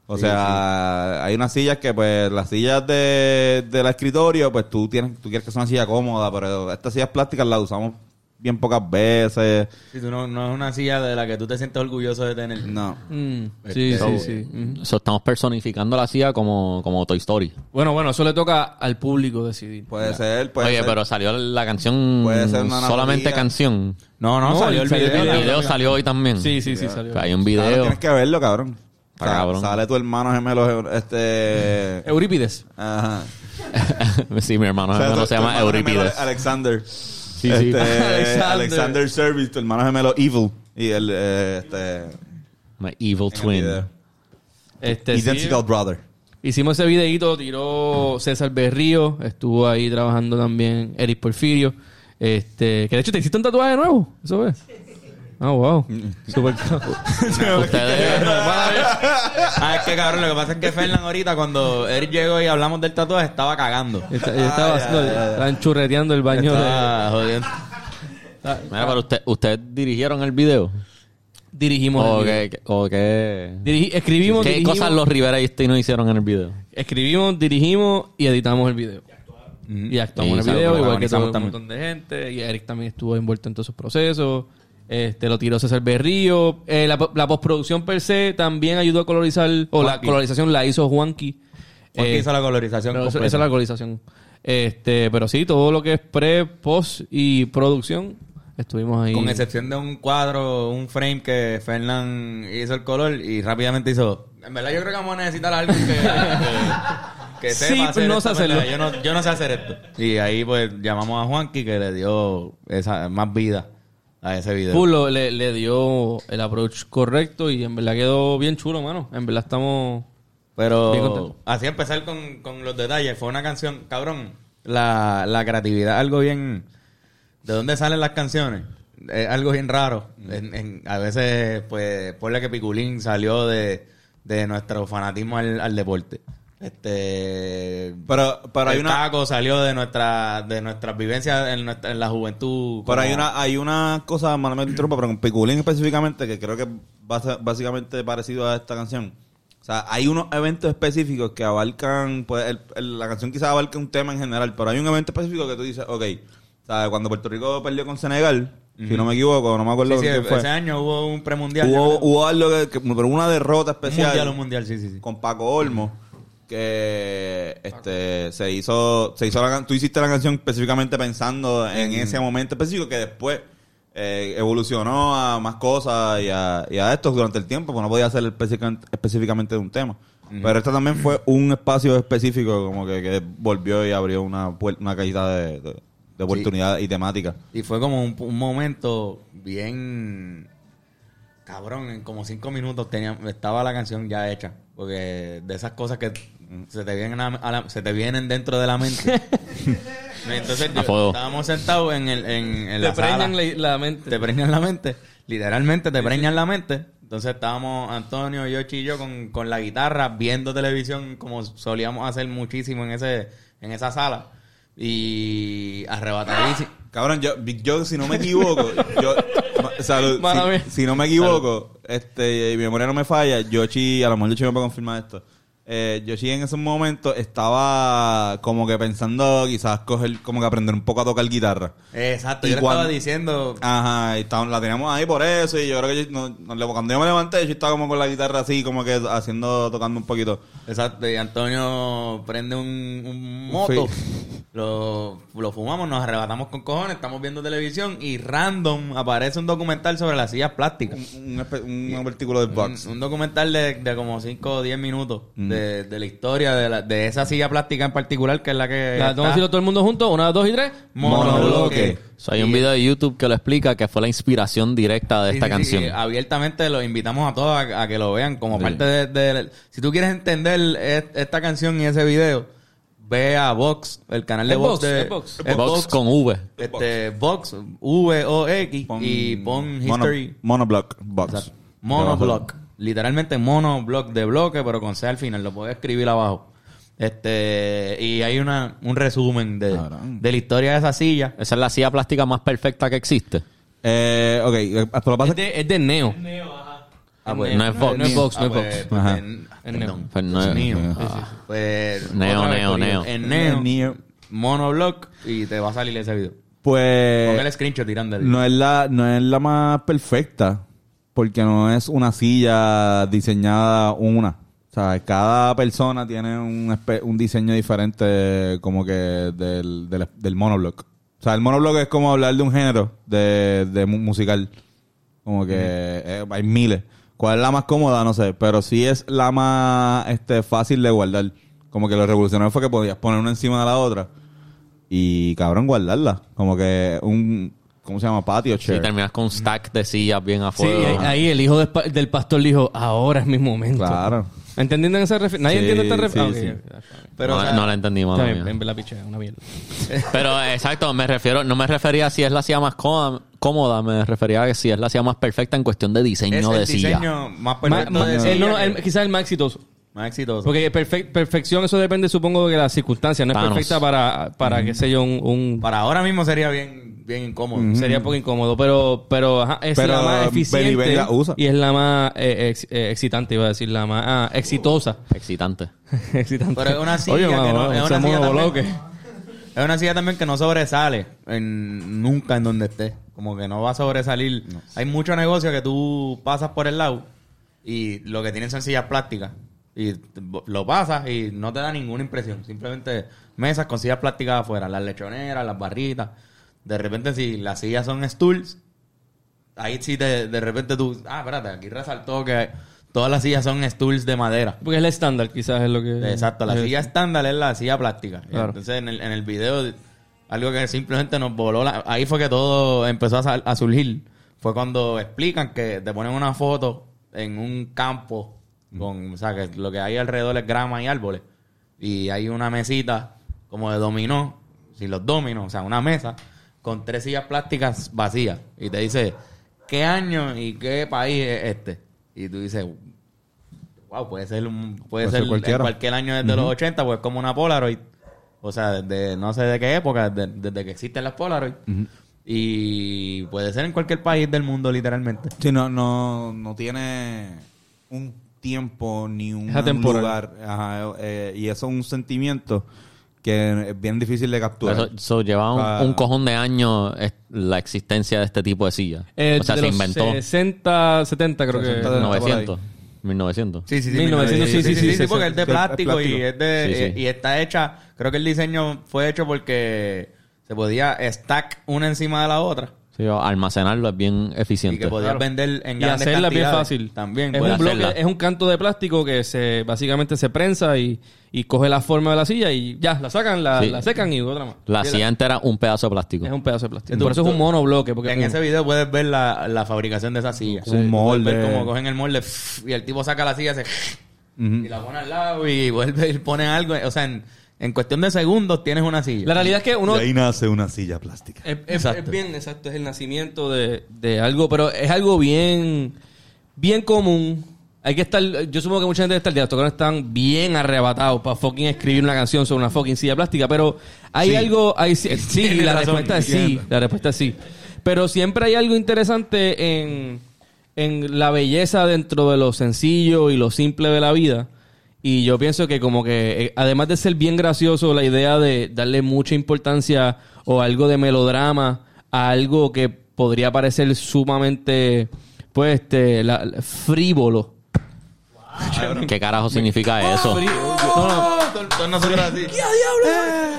Speaker 4: O sea, hay unas sillas que, pues, las sillas de, de la escritorio, pues tú tienes, tú quieres que sea una silla cómoda, pero estas sillas plásticas las usamos bien pocas veces.
Speaker 3: Si tú no, no es una silla de la que tú te sientes orgulloso de tener.
Speaker 4: No.
Speaker 5: Mm, sí, sí, sí. Ujú.
Speaker 2: So, estamos personificando la CIA como, como Toy Story.
Speaker 5: Bueno, bueno, eso le toca al público decidir.
Speaker 4: Puede ser, puede
Speaker 2: Oye,
Speaker 4: ser.
Speaker 2: pero salió la canción.
Speaker 4: Puede ser una
Speaker 2: solamente
Speaker 4: analogía.
Speaker 2: canción.
Speaker 3: No, no,
Speaker 5: No,
Speaker 3: salió el
Speaker 5: salió el
Speaker 3: video.
Speaker 2: El
Speaker 5: video.
Speaker 2: video salió hoy también.
Speaker 5: Sí, sí, sí, salió.
Speaker 2: O sea, hay un
Speaker 4: Claro,
Speaker 2: video.
Speaker 4: tienes que verlo, cabrón.
Speaker 2: Está
Speaker 4: Sa-
Speaker 2: cabrón.
Speaker 4: Sale tu hermano gemelo, este...
Speaker 5: Eurípides.
Speaker 4: Ajá.
Speaker 2: sí, mi hermano,
Speaker 4: O sea,
Speaker 2: no
Speaker 4: tu-
Speaker 2: se
Speaker 4: tu
Speaker 2: llama
Speaker 4: hermano gemelo
Speaker 2: Euripides.
Speaker 4: es Alexander.
Speaker 2: sí.
Speaker 4: Este,
Speaker 5: Alexander.
Speaker 4: Alexander. Service, tu hermano gemelo Evil. Y el, eh, este... en
Speaker 2: My evil
Speaker 4: el
Speaker 2: twin.
Speaker 4: video.
Speaker 5: Este, sí,
Speaker 4: Identical Brother.
Speaker 5: hicimos ese videito, tiró César Berrío, estuvo ahí trabajando también Eric Porfirio. Este, que de hecho te hiciste un tatuaje nuevo, eso es. Ah, wow. Super
Speaker 2: Ustedes.
Speaker 3: Ah, es que cabrón, lo que pasa es que Fernan ahorita cuando Eric llegó y hablamos del tatuaje estaba cagando.
Speaker 5: Está- estaba haciendo- estaban churreteando el baño de-
Speaker 3: Estaba jodiendo.
Speaker 2: Mira, pero usted, ustedes dirigieron el video.
Speaker 5: dirigimos el
Speaker 2: ¿O
Speaker 5: video.
Speaker 2: qué, o qué-
Speaker 5: Dirigi- escribimos,
Speaker 2: ¿Qué
Speaker 5: dirigimos,
Speaker 2: cosas los Rivera y no hicieron en el video?
Speaker 5: escribimos, dirigimos y editamos el video. Y
Speaker 2: Y
Speaker 5: actuamos en el
Speaker 2: sal-
Speaker 5: video, igual que
Speaker 3: protagonizamos
Speaker 5: todo un
Speaker 3: también.
Speaker 5: montón de gente. Y Eric también estuvo envuelto en todos esos procesos. Este, lo tiró César Berrío. Eh, la, po- la postproducción per se también ayudó a colorizar, o la
Speaker 3: Juanqui.
Speaker 5: colorización la hizo Juanqui.
Speaker 3: Porque
Speaker 5: Eh,
Speaker 3: hizo la colorización
Speaker 5: pero eso-
Speaker 3: completa.
Speaker 5: esa es la colorización. Este, pero sí, todo lo que es pre, post y producción, estuvimos ahí.
Speaker 3: Con excepción de un cuadro, un frame que Fernán hizo el color y rápidamente hizo. En verdad, yo creo que vamos a necesitar algo que, que, que sepa
Speaker 5: Sí, pues,
Speaker 3: hacer
Speaker 5: no
Speaker 3: esta
Speaker 5: sé hacerlo.
Speaker 3: pendeja. Yo no, yo no sé hacer esto. Y ahí, pues, llamamos a Juanqui que le dio esa, más vida a ese video.
Speaker 5: Pulo le, le dio el approach correcto y en verdad quedó bien chulo, mano. En verdad estamos. Bien
Speaker 3: Pero
Speaker 5: contento.
Speaker 3: así empezar con, con los detalles. Fue una canción, cabrón. La, la creatividad, algo bien. ¿De dónde salen las canciones? Es algo bien raro.
Speaker 4: Mm.
Speaker 3: En- en- a veces, pues, por la que Piculín salió de, de nuestro fanatismo al, al deporte. Este.
Speaker 4: Pero, pero hay
Speaker 3: el
Speaker 4: una...
Speaker 3: Taco salió de nuestra de nuestras vivencias en, nuestra- en la juventud.
Speaker 4: Pero hay
Speaker 3: como-
Speaker 4: una, hay una cosa, mano, me interrumpa, pero con Piculín específicamente, que creo que es basa- básicamente parecido a esta canción. O sea, hay unos eventos específicos que abarcan, pues el- el- la canción quizás abarca un tema en general, pero hay un evento específico que tú dices, ok, o sea, cuando Puerto Rico perdió con Senegal, si no me equivoco, no me acuerdo
Speaker 3: Sí, sí,
Speaker 4: quién fue,
Speaker 3: ese año hubo un premundial.
Speaker 4: hubo, hubo algo que, que- pero una derrota
Speaker 3: un mundial,
Speaker 4: especial
Speaker 3: un mundial, sí, sí, sí.
Speaker 4: con Paco Olmo que este se hizo se hizo la can- tú hiciste la canción específicamente pensando en ese momento específico que después eh, evolucionó a más cosas y a, y a esto durante el tiempo porque no podía hacer especifican- específicamente de un tema pero esta también fue un espacio específico como que, que volvió y abrió una puer- una cajita de, de, de oportunidades y temática
Speaker 3: Y fue como un, un momento bien cabrón, en como cinco minutos tenía, estaba la canción ya hecha. Porque de esas cosas que se te vienen, a la- a la- se te vienen dentro de la mente. Entonces yo-
Speaker 2: A fuego.
Speaker 3: estábamos sentados en, el, en, en
Speaker 5: te
Speaker 3: la sala.
Speaker 5: preñan la, la mente.
Speaker 3: Te preñan la mente. Literalmente te preñan la mente. Entonces estábamos Antonio, Yochi y yo con, con la guitarra viendo televisión como solíamos hacer muchísimo en, ese, en esa sala. Y arrebatadísimo.
Speaker 4: Cabrón, yo, yo si no me equivoco, yo, ma- salud,
Speaker 5: Mala
Speaker 4: si-
Speaker 5: mía.
Speaker 4: si, no me equivoco, este, y mi memoria no me falla, Yoshi, a lo mejor Yoshi me puede confirmar esto. Eh, Yoshi en esos momentos estaba como que pensando quizás coger, como que aprender un poco a tocar guitarra.
Speaker 3: Exacto,
Speaker 4: Y
Speaker 3: yo le
Speaker 4: cuando-
Speaker 3: estaba diciendo.
Speaker 4: Ajá, y está- la teníamos ahí por eso. Y yo creo que yo- no- no le- cuando yo me levanté, yo estaba como con la guitarra así, como que haciendo, tocando un poquito.
Speaker 3: Exacto, y Antonio prende un, un moto. Lo, lo fumamos, nos arrebatamos con cojones, estamos viendo televisión y random aparece un documental sobre las sillas plásticas.
Speaker 4: Un, un espe- un artículo de
Speaker 3: Un,
Speaker 4: Vox.
Speaker 3: un documental de, de como 5 o 10 minutos
Speaker 4: Mm.
Speaker 3: de, de la historia de, la- de esa silla plástica en particular, que es la
Speaker 4: Eh,
Speaker 3: que.
Speaker 5: La-
Speaker 3: está-
Speaker 5: vamos a decirlo todo el mundo junto. Una, dos y tres.
Speaker 4: Monobloque.
Speaker 2: So, hay un video de YouTube que lo explica que fue la inspiración directa de
Speaker 3: Sí,
Speaker 2: esta
Speaker 3: sí, sí,
Speaker 2: canción.
Speaker 3: y abiertamente los invitamos a todos a, a que lo vean como parte de, de- Si tú quieres entender es- esta canción y ese video, ve a Vox, el canal de
Speaker 5: Es
Speaker 3: Vox.
Speaker 5: Vox,
Speaker 3: de,
Speaker 5: es Vox.
Speaker 3: es
Speaker 2: Box
Speaker 3: Vox,
Speaker 2: con V.
Speaker 3: este, Vox, V-O-X, y pon
Speaker 4: mono-
Speaker 3: History.
Speaker 4: monoblock, Vox.
Speaker 3: Exacto. Monoblock. Literalmente monoblock de bloque, pero con C al final. Lo puedes escribir abajo. Este, y hay una, un resumen de,
Speaker 4: Cabrón.
Speaker 3: de la historia de esa silla.
Speaker 2: Esa es la silla plástica más perfecta que existe.
Speaker 4: Eh, ok, eh, pero lo que pasa
Speaker 5: Es
Speaker 4: es que...
Speaker 5: de, es de Neo.
Speaker 1: Neo, ajá.
Speaker 3: Ah,
Speaker 5: Es
Speaker 3: pues,
Speaker 5: Neo.
Speaker 2: no es Vox.
Speaker 5: No es Vox, no es
Speaker 3: Ah,
Speaker 5: Vox.
Speaker 3: pues,
Speaker 4: Ajá.
Speaker 3: en-
Speaker 5: Es Neo.
Speaker 2: Pues no es-
Speaker 3: Dios mío.
Speaker 2: no es-
Speaker 3: Pues,
Speaker 2: Neo,
Speaker 3: otra
Speaker 2: Neo,
Speaker 3: corillo.
Speaker 2: Neo.
Speaker 3: En Neo,
Speaker 4: Neo.
Speaker 3: monoblock, y te va a salir ese video.
Speaker 5: Eh,
Speaker 3: Pon el
Speaker 4: Pues
Speaker 3: screenshot tirando el
Speaker 4: no es, la, no es la más perfecta, porque no es una silla diseñada una. O sea, cada persona tiene un, espe- un diseño diferente como que del, del, del monoblock. O sea, el monoblock es como hablar de un género de, de mu- musical. Como que eh, hay miles. ¿Cuál es la más cómoda? No sé. Pero sí es la más este, fácil de guardar. Como que lo revolucionario fue que podías poner una encima de la otra y, cabrón, guardarla. Como que un... ¿Cómo se llama? Patio
Speaker 2: Si
Speaker 4: chair.
Speaker 2: terminas con un stack de sillas bien a
Speaker 5: Sí,
Speaker 2: fuego.
Speaker 5: ahí- ahí el hijo de pa- del pastor dijo, ahora es mi momento.
Speaker 4: Claro.
Speaker 5: ¿Entendiendo esa referencia? Nadie
Speaker 4: Sí,
Speaker 5: entiende este esta
Speaker 4: sí,
Speaker 5: referencia.
Speaker 3: Pero,
Speaker 2: no,
Speaker 3: o sea,
Speaker 2: no la entendí, mala
Speaker 5: Está bien,
Speaker 2: mía.
Speaker 5: en verdad, picha, una mierda.
Speaker 2: Pero exacto, me refiero, no me refería a si es la silla más cómoda, cómoda, me refería a que si es la silla más perfecta en cuestión de
Speaker 3: es
Speaker 2: diseño
Speaker 3: el
Speaker 2: de silla.
Speaker 3: diseño más
Speaker 5: Ma-
Speaker 3: perfecto
Speaker 5: ma-
Speaker 3: de
Speaker 5: eh,
Speaker 3: silla
Speaker 5: no, no,
Speaker 3: que-
Speaker 5: el- quizás el más exitoso.
Speaker 3: más exitoso.
Speaker 5: Porque perfe- perfección, eso depende, supongo, de las circunstancias. No es
Speaker 2: Thanos.
Speaker 5: perfecta para, para qué sé yo, un... un-
Speaker 3: Para ahora mismo sería bien, bien incómodo.
Speaker 5: Sería un poco incómodo, pero, pero ajá, es
Speaker 4: Pero
Speaker 5: la más
Speaker 4: Benny
Speaker 5: eficiente
Speaker 4: Ben la usa.
Speaker 5: y es la más eh, ex- eh, excitante, iba a decir, la más ah, exitosa.
Speaker 2: Excitante.
Speaker 5: excitante.
Speaker 3: Pero es una silla
Speaker 5: Oye,
Speaker 3: que
Speaker 5: mamá,
Speaker 3: no- es
Speaker 5: o
Speaker 3: una
Speaker 5: sea,
Speaker 3: silla
Speaker 5: mono
Speaker 3: también-
Speaker 5: bloque.
Speaker 3: Es una silla también que no sobresale en, nunca en donde esté. Como que no va a sobresalir. Hay mucho negocio que tú pasas por el lado y lo que tienen son sillas plásticas. Y t- bo- lo pasas y no te da ninguna impresión. Simplemente mesas con sillas plásticas afuera. Las lechoneras, las barritas. De repente, si las sillas son stools, ahí sí te- de repente tú... Ah, espérate, aquí resaltó que todas las sillas son stools de madera.
Speaker 5: Porque es el estándar, quizás es lo que.
Speaker 3: Exacto, la
Speaker 5: es-
Speaker 3: silla estándar es la silla plástica.
Speaker 5: Claro.
Speaker 3: Entonces, en el, en el video, algo que simplemente nos voló, la- ahí fue que todo empezó a, sal- a surgir. Fue cuando explican que te ponen una foto en un campo, con, o sea, que lo que hay alrededor es grama y árboles. Y hay una mesita como de dominó, si los dominos, o sea, una mesa, con tres sillas plásticas vacías. Y te dice, ¿qué año y qué país es este? Y tú dices, Wow, puede ser un, puede
Speaker 4: Puede
Speaker 3: ser,
Speaker 4: ser
Speaker 3: en
Speaker 4: cualquiera.
Speaker 3: cualquier año desde los 80, pues como una Polaroid. O sea, desde no sé de qué época, de- desde que existen las Polaroid. Y puede ser en cualquier país del mundo, literalmente.
Speaker 4: Sí, no, no, no tiene un tiempo ni un,
Speaker 5: Es atemporal.
Speaker 4: lugar. Ajá, eh, y eso es un sentimiento que es bien difícil de capturar.
Speaker 2: Eso, eso lleva un,
Speaker 4: Ah.
Speaker 2: un cojón de años eh, la existencia de este tipo de silla.
Speaker 5: eh,
Speaker 2: o sea,
Speaker 5: de
Speaker 2: se
Speaker 5: los
Speaker 2: inventó
Speaker 5: 60, 70, creo
Speaker 4: 60,
Speaker 5: que.
Speaker 2: 900, 1900.
Speaker 3: Sí,
Speaker 5: sí, 1900, sí, sí, sí, sí,
Speaker 3: porque
Speaker 5: sí,
Speaker 3: es de
Speaker 4: sí,
Speaker 3: plástico,
Speaker 4: es plástico.
Speaker 3: y es de eh,
Speaker 2: Sí, sí.
Speaker 3: y está hecha, creo que el diseño fue hecho porque se podía stack una encima de la otra
Speaker 2: Sí, almacenarlo es bien
Speaker 3: y que
Speaker 2: eficiente.
Speaker 3: podías vender en
Speaker 5: Y
Speaker 3: grandes
Speaker 5: hacerla bien
Speaker 3: cantidades.
Speaker 5: fácil.
Speaker 3: También
Speaker 5: Es
Speaker 3: puedes
Speaker 5: un, bloque-
Speaker 2: hacerla.
Speaker 5: es un canto de plástico que se básicamente se prensa y, y coge la forma de la silla y ya, la sacan, la,
Speaker 2: Sí.
Speaker 5: la secan y otra más.
Speaker 2: La
Speaker 5: Y
Speaker 2: silla entera un pedazo de plástico.
Speaker 5: Es un pedazo de plástico.
Speaker 3: Tú-
Speaker 5: Por eso es
Speaker 3: tú-
Speaker 5: un monobloque. Porque
Speaker 3: en ese video puedes ver la, la fabricación de esa silla.
Speaker 4: Como un
Speaker 3: Sí. Puedes ver
Speaker 4: molde.
Speaker 3: Como cogen el molde pff, y el tipo saca la silla, hace, y la pone al lado y vuelve y pone algo. O sea, en, en cuestión de segundos tienes una silla.
Speaker 5: La realidad es que uno.
Speaker 4: Y ahí nace una silla plástica.
Speaker 5: Es, es-
Speaker 3: Exacto.
Speaker 5: es bien, exacto, es el nacimiento de, de algo, pero es algo bien, bien común. Hay que estar, yo supongo que mucha gente debe estar de acuerdo, que están bien arrebatados para fucking escribir una canción sobre una fucking silla plástica, pero hay algo, hay, sí, sí,
Speaker 3: Tienes
Speaker 5: la
Speaker 3: razón,
Speaker 5: respuesta es sí,
Speaker 3: entiendo.
Speaker 5: la respuesta es sí. Pero siempre hay algo interesante en, en la belleza dentro de lo sencillo y lo simple de la vida. Y yo pienso que como que, eh, además de ser bien gracioso, la idea de darle mucha importancia o algo de melodrama a algo que podría parecer sumamente, pues, este, la- la- frívolo.
Speaker 2: ¿Qué carajo
Speaker 5: Ah,
Speaker 2: significa eso?
Speaker 5: Frí- no, no,
Speaker 3: Todos- todos nosotros así.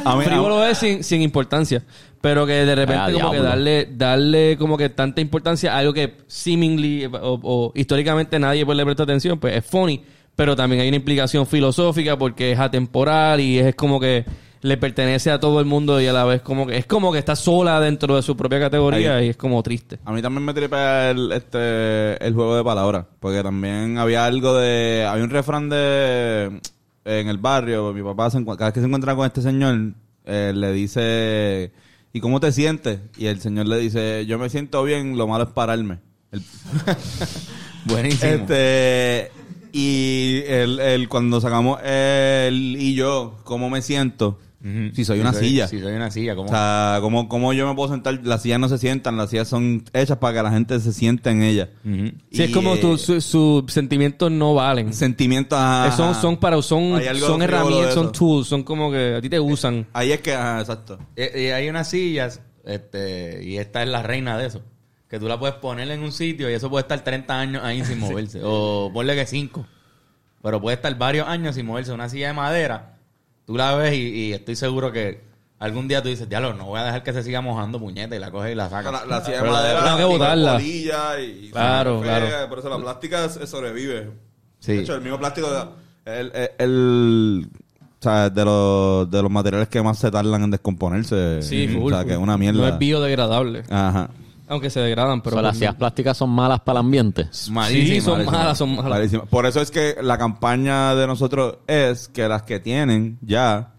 Speaker 4: A mí-
Speaker 5: frívolo es sin, sin importancia. Pero que de repente
Speaker 2: Ah,
Speaker 5: como que
Speaker 2: diablo.
Speaker 5: darle, darle como que tanta importancia a algo que seemingly o, o históricamente nadie pues, le presta atención, pues es funny. Pero también hay una implicación filosófica porque es atemporal y es como que le pertenece a todo el mundo y a la vez como que es como que está sola dentro de su propia categoría
Speaker 4: Ahí.
Speaker 5: y es como triste.
Speaker 4: A mí también me tripa el, este, el juego de palabras, porque también había algo de... Había un refrán de... En el barrio, mi papá, se encu- cada vez que se encuentra con este señor, eh, le dice, ¿y cómo te sientes? Y el señor le dice, yo me siento bien, lo malo es pararme. El-
Speaker 3: Buenísimo.
Speaker 4: este... Y el, el- cuando sacamos el y yo, cómo me siento,
Speaker 3: Ujú.
Speaker 4: si soy una silla.
Speaker 3: Si soy una silla,
Speaker 4: O
Speaker 3: como.
Speaker 4: sea, ¿cómo, cómo yo me puedo sentar? Las sillas no se sientan, las sillas son hechas para que la gente se sienta en ellas.
Speaker 5: Si es
Speaker 4: Y,
Speaker 5: como
Speaker 4: eh,
Speaker 5: tus sus sentimientos no valen. Eh,
Speaker 4: Sentimientos... ajá,
Speaker 5: son,
Speaker 4: ajá.
Speaker 5: son para son,
Speaker 4: Hay algo
Speaker 5: son
Speaker 4: frívolo de
Speaker 5: herramientas,
Speaker 4: eso.
Speaker 5: son tools, son como que a ti te usan.
Speaker 4: Ahí es que... Ajá, exacto.
Speaker 3: Eh, hay unas sillas, este, y esta es la reina de eso. Que tú la puedes poner en un sitio y eso puede estar 30 años ahí sin moverse. O ponle que 5. Pero puede estar varios años sin moverse. Una silla de madera, tú la ves y, y estoy seguro que algún día tú dices, diablo, no voy a dejar que se siga mojando puñeta y la coges y la sacas.
Speaker 4: La, la silla de
Speaker 3: Pero la-
Speaker 4: madera...
Speaker 5: tengo que
Speaker 4: tiene
Speaker 5: botarla.
Speaker 4: colilla y-
Speaker 5: Claro,
Speaker 4: se
Speaker 5: claro.
Speaker 4: Por eso la plástica es- sobrevive.
Speaker 3: Sí.
Speaker 4: De hecho, el mismo plástico... El... el, el- o sea, de los, de los materiales que más se tardan en descomponerse. Mm, O
Speaker 5: full,
Speaker 4: sea,
Speaker 5: full.
Speaker 4: que es una mierda.
Speaker 5: No es biodegradable.
Speaker 4: Ajá.
Speaker 5: Aunque se degradan, pero. pues,
Speaker 2: Pero las sillas plásticas son malas para el ambiente.
Speaker 5: Sí, son
Speaker 3: malísima.
Speaker 5: malas, son malas.
Speaker 4: Clarísimo. Por eso es que la campaña de nosotros es que las que tienen ya,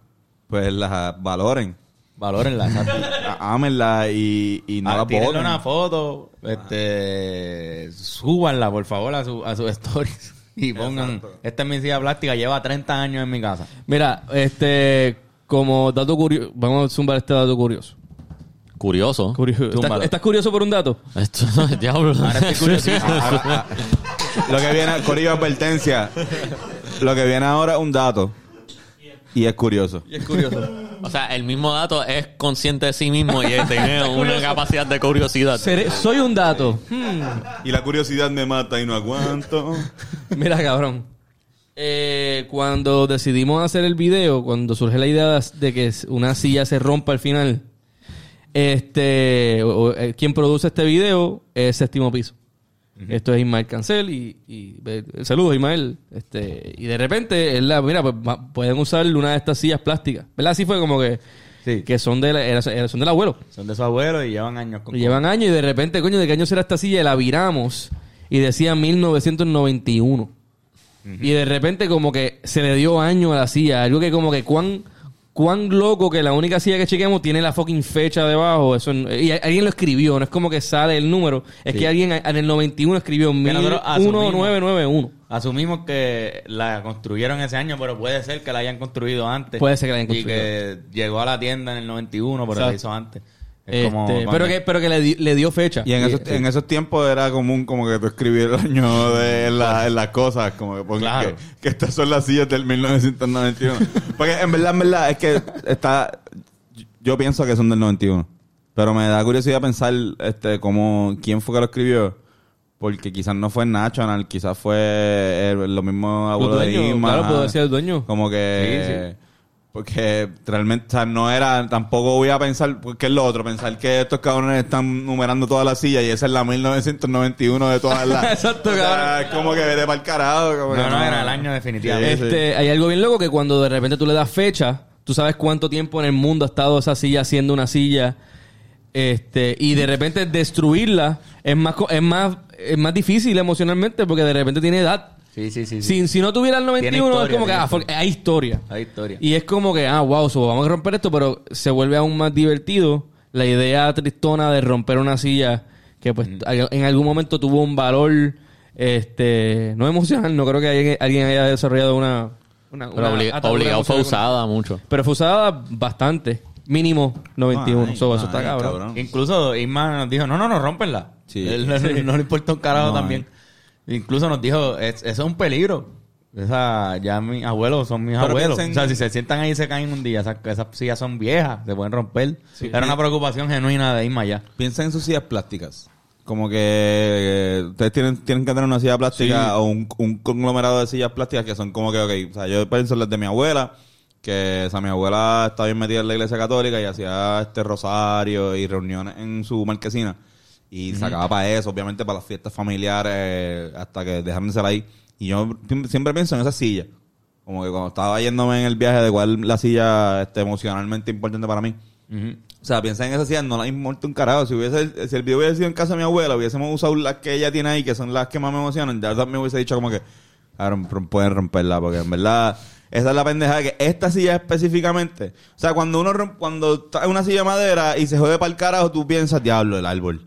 Speaker 4: pues las valoren,
Speaker 3: Valórenla, exacto.
Speaker 4: a- ámenlas y, y no
Speaker 3: Ah,
Speaker 4: las
Speaker 3: tírenle
Speaker 4: boten.
Speaker 3: una foto,
Speaker 4: Ah.
Speaker 3: este, súbanla por favor a, su, a sus stories y pongan, esta es mi silla plástica, lleva 30 años en mi casa.
Speaker 5: Mira, este. Como dato curioso. Vamos a zumbar este dato curioso.
Speaker 2: Curioso.
Speaker 5: Curioso. ¿Estás,
Speaker 3: Zúmbalo.
Speaker 5: estás curioso por un dato?
Speaker 2: Esto no es diablo.
Speaker 3: Ahora estoy curiosísimo.
Speaker 4: Lo que viene, Corillo, advertencia. Lo que viene ahora es un dato. Y es curioso.
Speaker 5: Es curioso.
Speaker 2: o sea, el mismo dato es consciente de sí mismo y tiene una capacidad de curiosidad.
Speaker 5: soy un dato. Hmm.
Speaker 4: Y la curiosidad me mata y no aguanto.
Speaker 5: Mira, cabrón. Eh, cuando decidimos hacer el video, cuando surge la idea de que una silla se rompa al final, este, o- o, eh, quien produce este video es Séptimo Piso. Esto es Ismael Cancel y, y- eh, saludos Ismael. Este, y de repente, él la, mira, pues, va- pueden usar una de estas sillas plásticas. ¿Verdad? Así fue como que,
Speaker 3: Sí.
Speaker 5: que son, de la- era- era- son del abuelo.
Speaker 3: Son de su abuelo y llevan años con...
Speaker 5: Lo llevan años y de repente, coño, ¿de qué año será esta silla? Y la viramos y decía 1991. Y de repente como que se le dio año a la silla. Algo que como que cuán, cuán loco que la única silla que chequeamos tiene la fucking fecha debajo. Eso, n- y a- alguien lo escribió, no es como que sale el número. Es que alguien a- en el 91 escribió
Speaker 3: Que nosotros asumimos.
Speaker 5: 1991.
Speaker 3: Asumimos que la construyeron ese año, pero puede ser que la hayan construido antes.
Speaker 5: Puede ser que la hayan
Speaker 3: Y que llegó a la tienda en el 91, pero
Speaker 5: Exacto.
Speaker 3: la hizo antes. Es como
Speaker 5: Este,
Speaker 3: cuando-
Speaker 5: pero que, pero que le, di- le dio fecha.
Speaker 4: Y en esos, en esos tiempos era común como que tú escribieras el año de la- en las cosas, como que, porque
Speaker 3: Claro.
Speaker 4: que, que estas son las sillas del 1991. Porque en verdad, en verdad, es que está... Yo pienso que son del 91. Pero me da curiosidad pensar este como quién fue que lo escribió. Porque quizás no fue National, quizás fue el- los mismos
Speaker 5: Los
Speaker 4: abuelos
Speaker 5: dueños,
Speaker 4: de Isma.
Speaker 5: claro, puedo decir el dueño.
Speaker 4: Como que.
Speaker 3: Sí,
Speaker 4: Porque realmente, o sea, no era. Tampoco voy a pensar. Porque es lo otro. Pensar que estos cabrones están numerando todas las sillas y esa es la 1991 de todas las.
Speaker 5: Exacto,
Speaker 4: O sea,
Speaker 5: cabrón.
Speaker 4: es como que vete para el carajo. como que
Speaker 3: No, no, era el año definitivamente.
Speaker 4: Sí,
Speaker 5: Este, hay algo bien loco que cuando de repente tú le das fecha, tú sabes cuánto tiempo en el mundo ha estado esa silla siendo una silla. Este, y de repente destruirla es más co- es más es más difícil emocionalmente porque de repente tiene edad.
Speaker 3: Sí, sí, sí. sí.
Speaker 5: Si, si no tuviera el 91 es
Speaker 3: historia,
Speaker 5: como que
Speaker 3: tiene
Speaker 5: ah, fuck, hay historia.
Speaker 3: Hay historia.
Speaker 5: Y es como que ah, wow, so, vamos a romper esto, pero se vuelve aún más divertido la idea tristona de romper una silla que pues en algún momento tuvo un valor este no emocional, no creo que alguien, alguien haya desarrollado una, una-
Speaker 2: Pero
Speaker 5: una
Speaker 2: obli-
Speaker 5: atadura
Speaker 2: obligado fue
Speaker 5: emocional.
Speaker 2: usada mucho.
Speaker 5: Pero fue usada bastante, mínimo 91,
Speaker 4: Ay,
Speaker 5: so, eso está
Speaker 4: ay,
Speaker 5: cabrón.
Speaker 4: cabrón.
Speaker 3: Incluso Isma nos dijo, no, no, no, rompenla.
Speaker 4: Sí.
Speaker 3: no, le importa un carajo
Speaker 4: No,
Speaker 3: también. Incluso nos dijo, "Es- eso es un peligro. Esa, ya mis abuelos son mis
Speaker 4: Pero
Speaker 3: abuelos.
Speaker 4: piensen-
Speaker 3: O sea, si se sientan ahí y se caen un día, esas, esas sillas son viejas, se pueden romper. Era una preocupación genuina de Isma ya.
Speaker 4: Piensa en sus sillas plásticas. Como que eh, ustedes tienen, tienen que tener una silla plástica o un, un conglomerado de sillas plásticas que son como que, ok, o sea, yo pienso en las de mi abuela, que o sea, mi abuela está bien metida en la iglesia católica y hacía este rosario y reuniones en su marquesina. Y sacaba para eso, obviamente, para las fiestas familiares, eh, hasta que dejaron de ser ahí. Y yo siem- siempre pienso en esa silla. Como que cuando estaba yéndome en el viaje de cuál la silla este, emocionalmente importante para mí. O sea, piensa en esas sillas, no las importa un carajo. Si hubiese, si el video hubiese sido en casa de mi abuela, hubiésemos usado las que ella tiene ahí, que son las que más me emocionan, ya me hubiese dicho como que, cabrón, pr- pueden romperla, porque en verdad, esa es la pendejada que esta silla específicamente. O sea, cuando uno romp- cuando está en una silla de madera y se jode para el carajo, tú piensas, diablo, el árbol.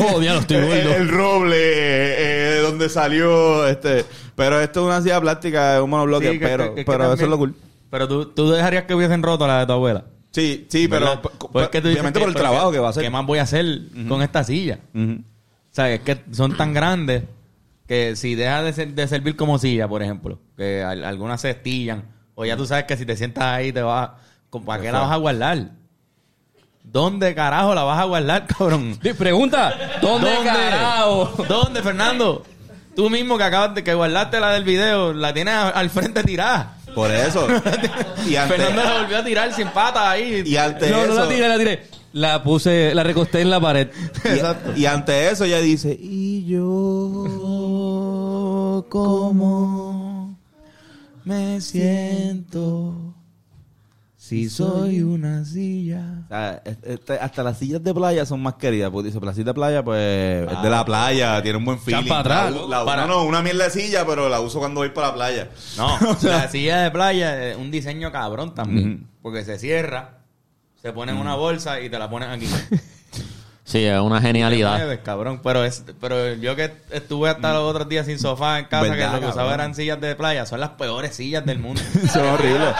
Speaker 5: Oh, diablo, estoy
Speaker 4: el,
Speaker 5: gordo.
Speaker 4: el roble, eh, de donde salió este. Pero esto es una silla plástica, es un monobloque,
Speaker 3: Sí, que-
Speaker 4: pero,
Speaker 3: que- que
Speaker 4: pero eso
Speaker 3: también-
Speaker 4: es lo cool.
Speaker 3: Pero tú, tú dejarías que hubiesen roto la de tu abuela.
Speaker 4: Sí, sí, pero
Speaker 3: ¿Verdad? Pues es que tú dices
Speaker 4: obviamente por el
Speaker 3: pero
Speaker 4: trabajo
Speaker 3: ¿qué-
Speaker 4: que va a hacer.
Speaker 3: ¿Qué más voy a hacer con esta silla?
Speaker 4: Ujú.
Speaker 3: O sea, es que son tan grandes que si deja de, ser- de servir como silla, por ejemplo, que al- algunas se estillan, o ya tú sabes que si te sientas ahí te vas... ¿con- ¿Para qué la vas a guardar? ¿Dónde carajo la vas a guardar, cabrón?
Speaker 5: Di- Pregunta, ¿dónde, carajo?
Speaker 3: ¿Dónde, Fernando? Tú mismo que acabas de que guardaste la del video, la tienes a- al frente tirada.
Speaker 4: Por eso. y antes,
Speaker 3: Fernando la volvió a tirar sin patas ahí.
Speaker 4: y ante
Speaker 5: No,
Speaker 4: eso.
Speaker 5: no la tiré, la tiré. La puse, la recosté en la pared.
Speaker 4: y- Y, ante eso ella dice, y yo cómo me siento.
Speaker 3: si soy una silla.
Speaker 4: O sea, es- este- hasta las sillas de playa son más queridas, porque dice, pero la silla de playa, pues, es de la playa, tiene un buen feeling.
Speaker 5: para atrás.
Speaker 4: La u- la u-
Speaker 3: Para-
Speaker 4: No, no, una mierda de silla, pero la uso cuando voy para la playa.
Speaker 3: No, la silla de playa es un diseño cabrón también. Porque se cierra, se pone en una bolsa y te la pones aquí.
Speaker 2: Sí, es una
Speaker 5: Eh,
Speaker 3: Te
Speaker 2: genialidad.
Speaker 3: mueves, cabrón. Pero, es, pero yo que estuve hasta los otros días sin sofá en casa, que
Speaker 4: ¿Verdad,
Speaker 3: lo que usaba
Speaker 4: cabrón?
Speaker 3: eran sillas de playa, son las peores sillas del mundo.
Speaker 4: son horribles.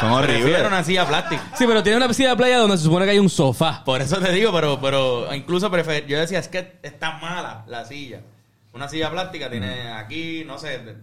Speaker 4: Son horribles.
Speaker 3: Prefiero una silla plástica.
Speaker 5: Sí, pero tiene una silla de playa donde se supone que hay un sofá.
Speaker 3: Por eso te digo, pero, pero incluso prefer- yo decía, es que está mala la silla. Una silla plástica tiene aquí, no sé. de-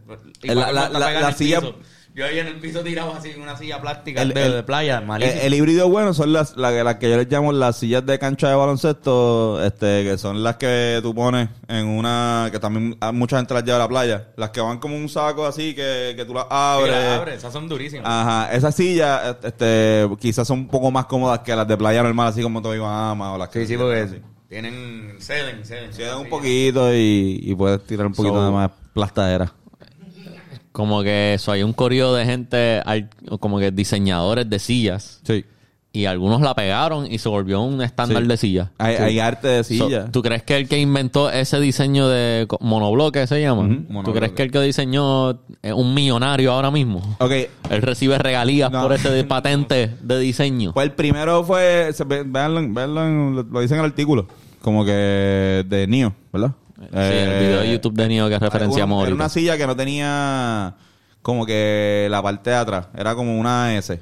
Speaker 3: y
Speaker 4: Mm. La-
Speaker 3: cuando
Speaker 4: la-
Speaker 3: está
Speaker 4: la-
Speaker 3: pegada en
Speaker 4: la
Speaker 3: el
Speaker 4: silla-
Speaker 3: piso. Yo ahí en el piso tirado así, una silla plástica
Speaker 4: El-
Speaker 3: de,
Speaker 4: el-
Speaker 3: de playa,
Speaker 4: El,
Speaker 3: malísima.
Speaker 4: Eh, el híbrido bueno son las, la que- las que yo les llamo las sillas de cancha de baloncesto, este, que son las que tú pones en una, que también a- mucha gente las lleva a la playa, las que van como un saco así, que, que tú las
Speaker 3: Sí,
Speaker 4: abres.
Speaker 3: la abre, esas son durísimas.
Speaker 4: Ajá, esas sillas este, quizás son un poco más cómodas que las de playa normal, así como Toby Bahama o las que...
Speaker 3: sí, sí, porque tienen, ceden, ceden.
Speaker 4: Se dan un
Speaker 3: Sí.
Speaker 4: poquito y, y puedes tirar un poquito
Speaker 2: So-
Speaker 4: de más plastadera.
Speaker 5: eh.
Speaker 2: Como que eso, hay un corrido de gente, al- como que diseñadores de sillas.
Speaker 4: Sí.
Speaker 2: Y algunos la pegaron y se volvió un estándar
Speaker 4: Sí.
Speaker 2: de silla.
Speaker 4: Hay,
Speaker 2: Sí.
Speaker 4: hay arte de
Speaker 2: So,
Speaker 4: silla.
Speaker 2: ¿Tú crees que el que inventó ese diseño de co- monobloque se llama? ¿Tú
Speaker 4: monobloque.
Speaker 2: crees que el que diseñó es un millonario ahora mismo?
Speaker 4: ok,
Speaker 2: Él recibe regalías
Speaker 4: No.
Speaker 2: por ese de patente de diseño.
Speaker 4: pues el primero fue... se ve- Veanlo, en- veanlo en- lo, lo dicen en el artículo. Como que de Nio, ¿verdad?
Speaker 2: Sí, el video de YouTube de Neo que referenciamos
Speaker 4: Era
Speaker 2: ahorita.
Speaker 4: eh, una silla que no tenía como que la parte de atrás. Era como una S.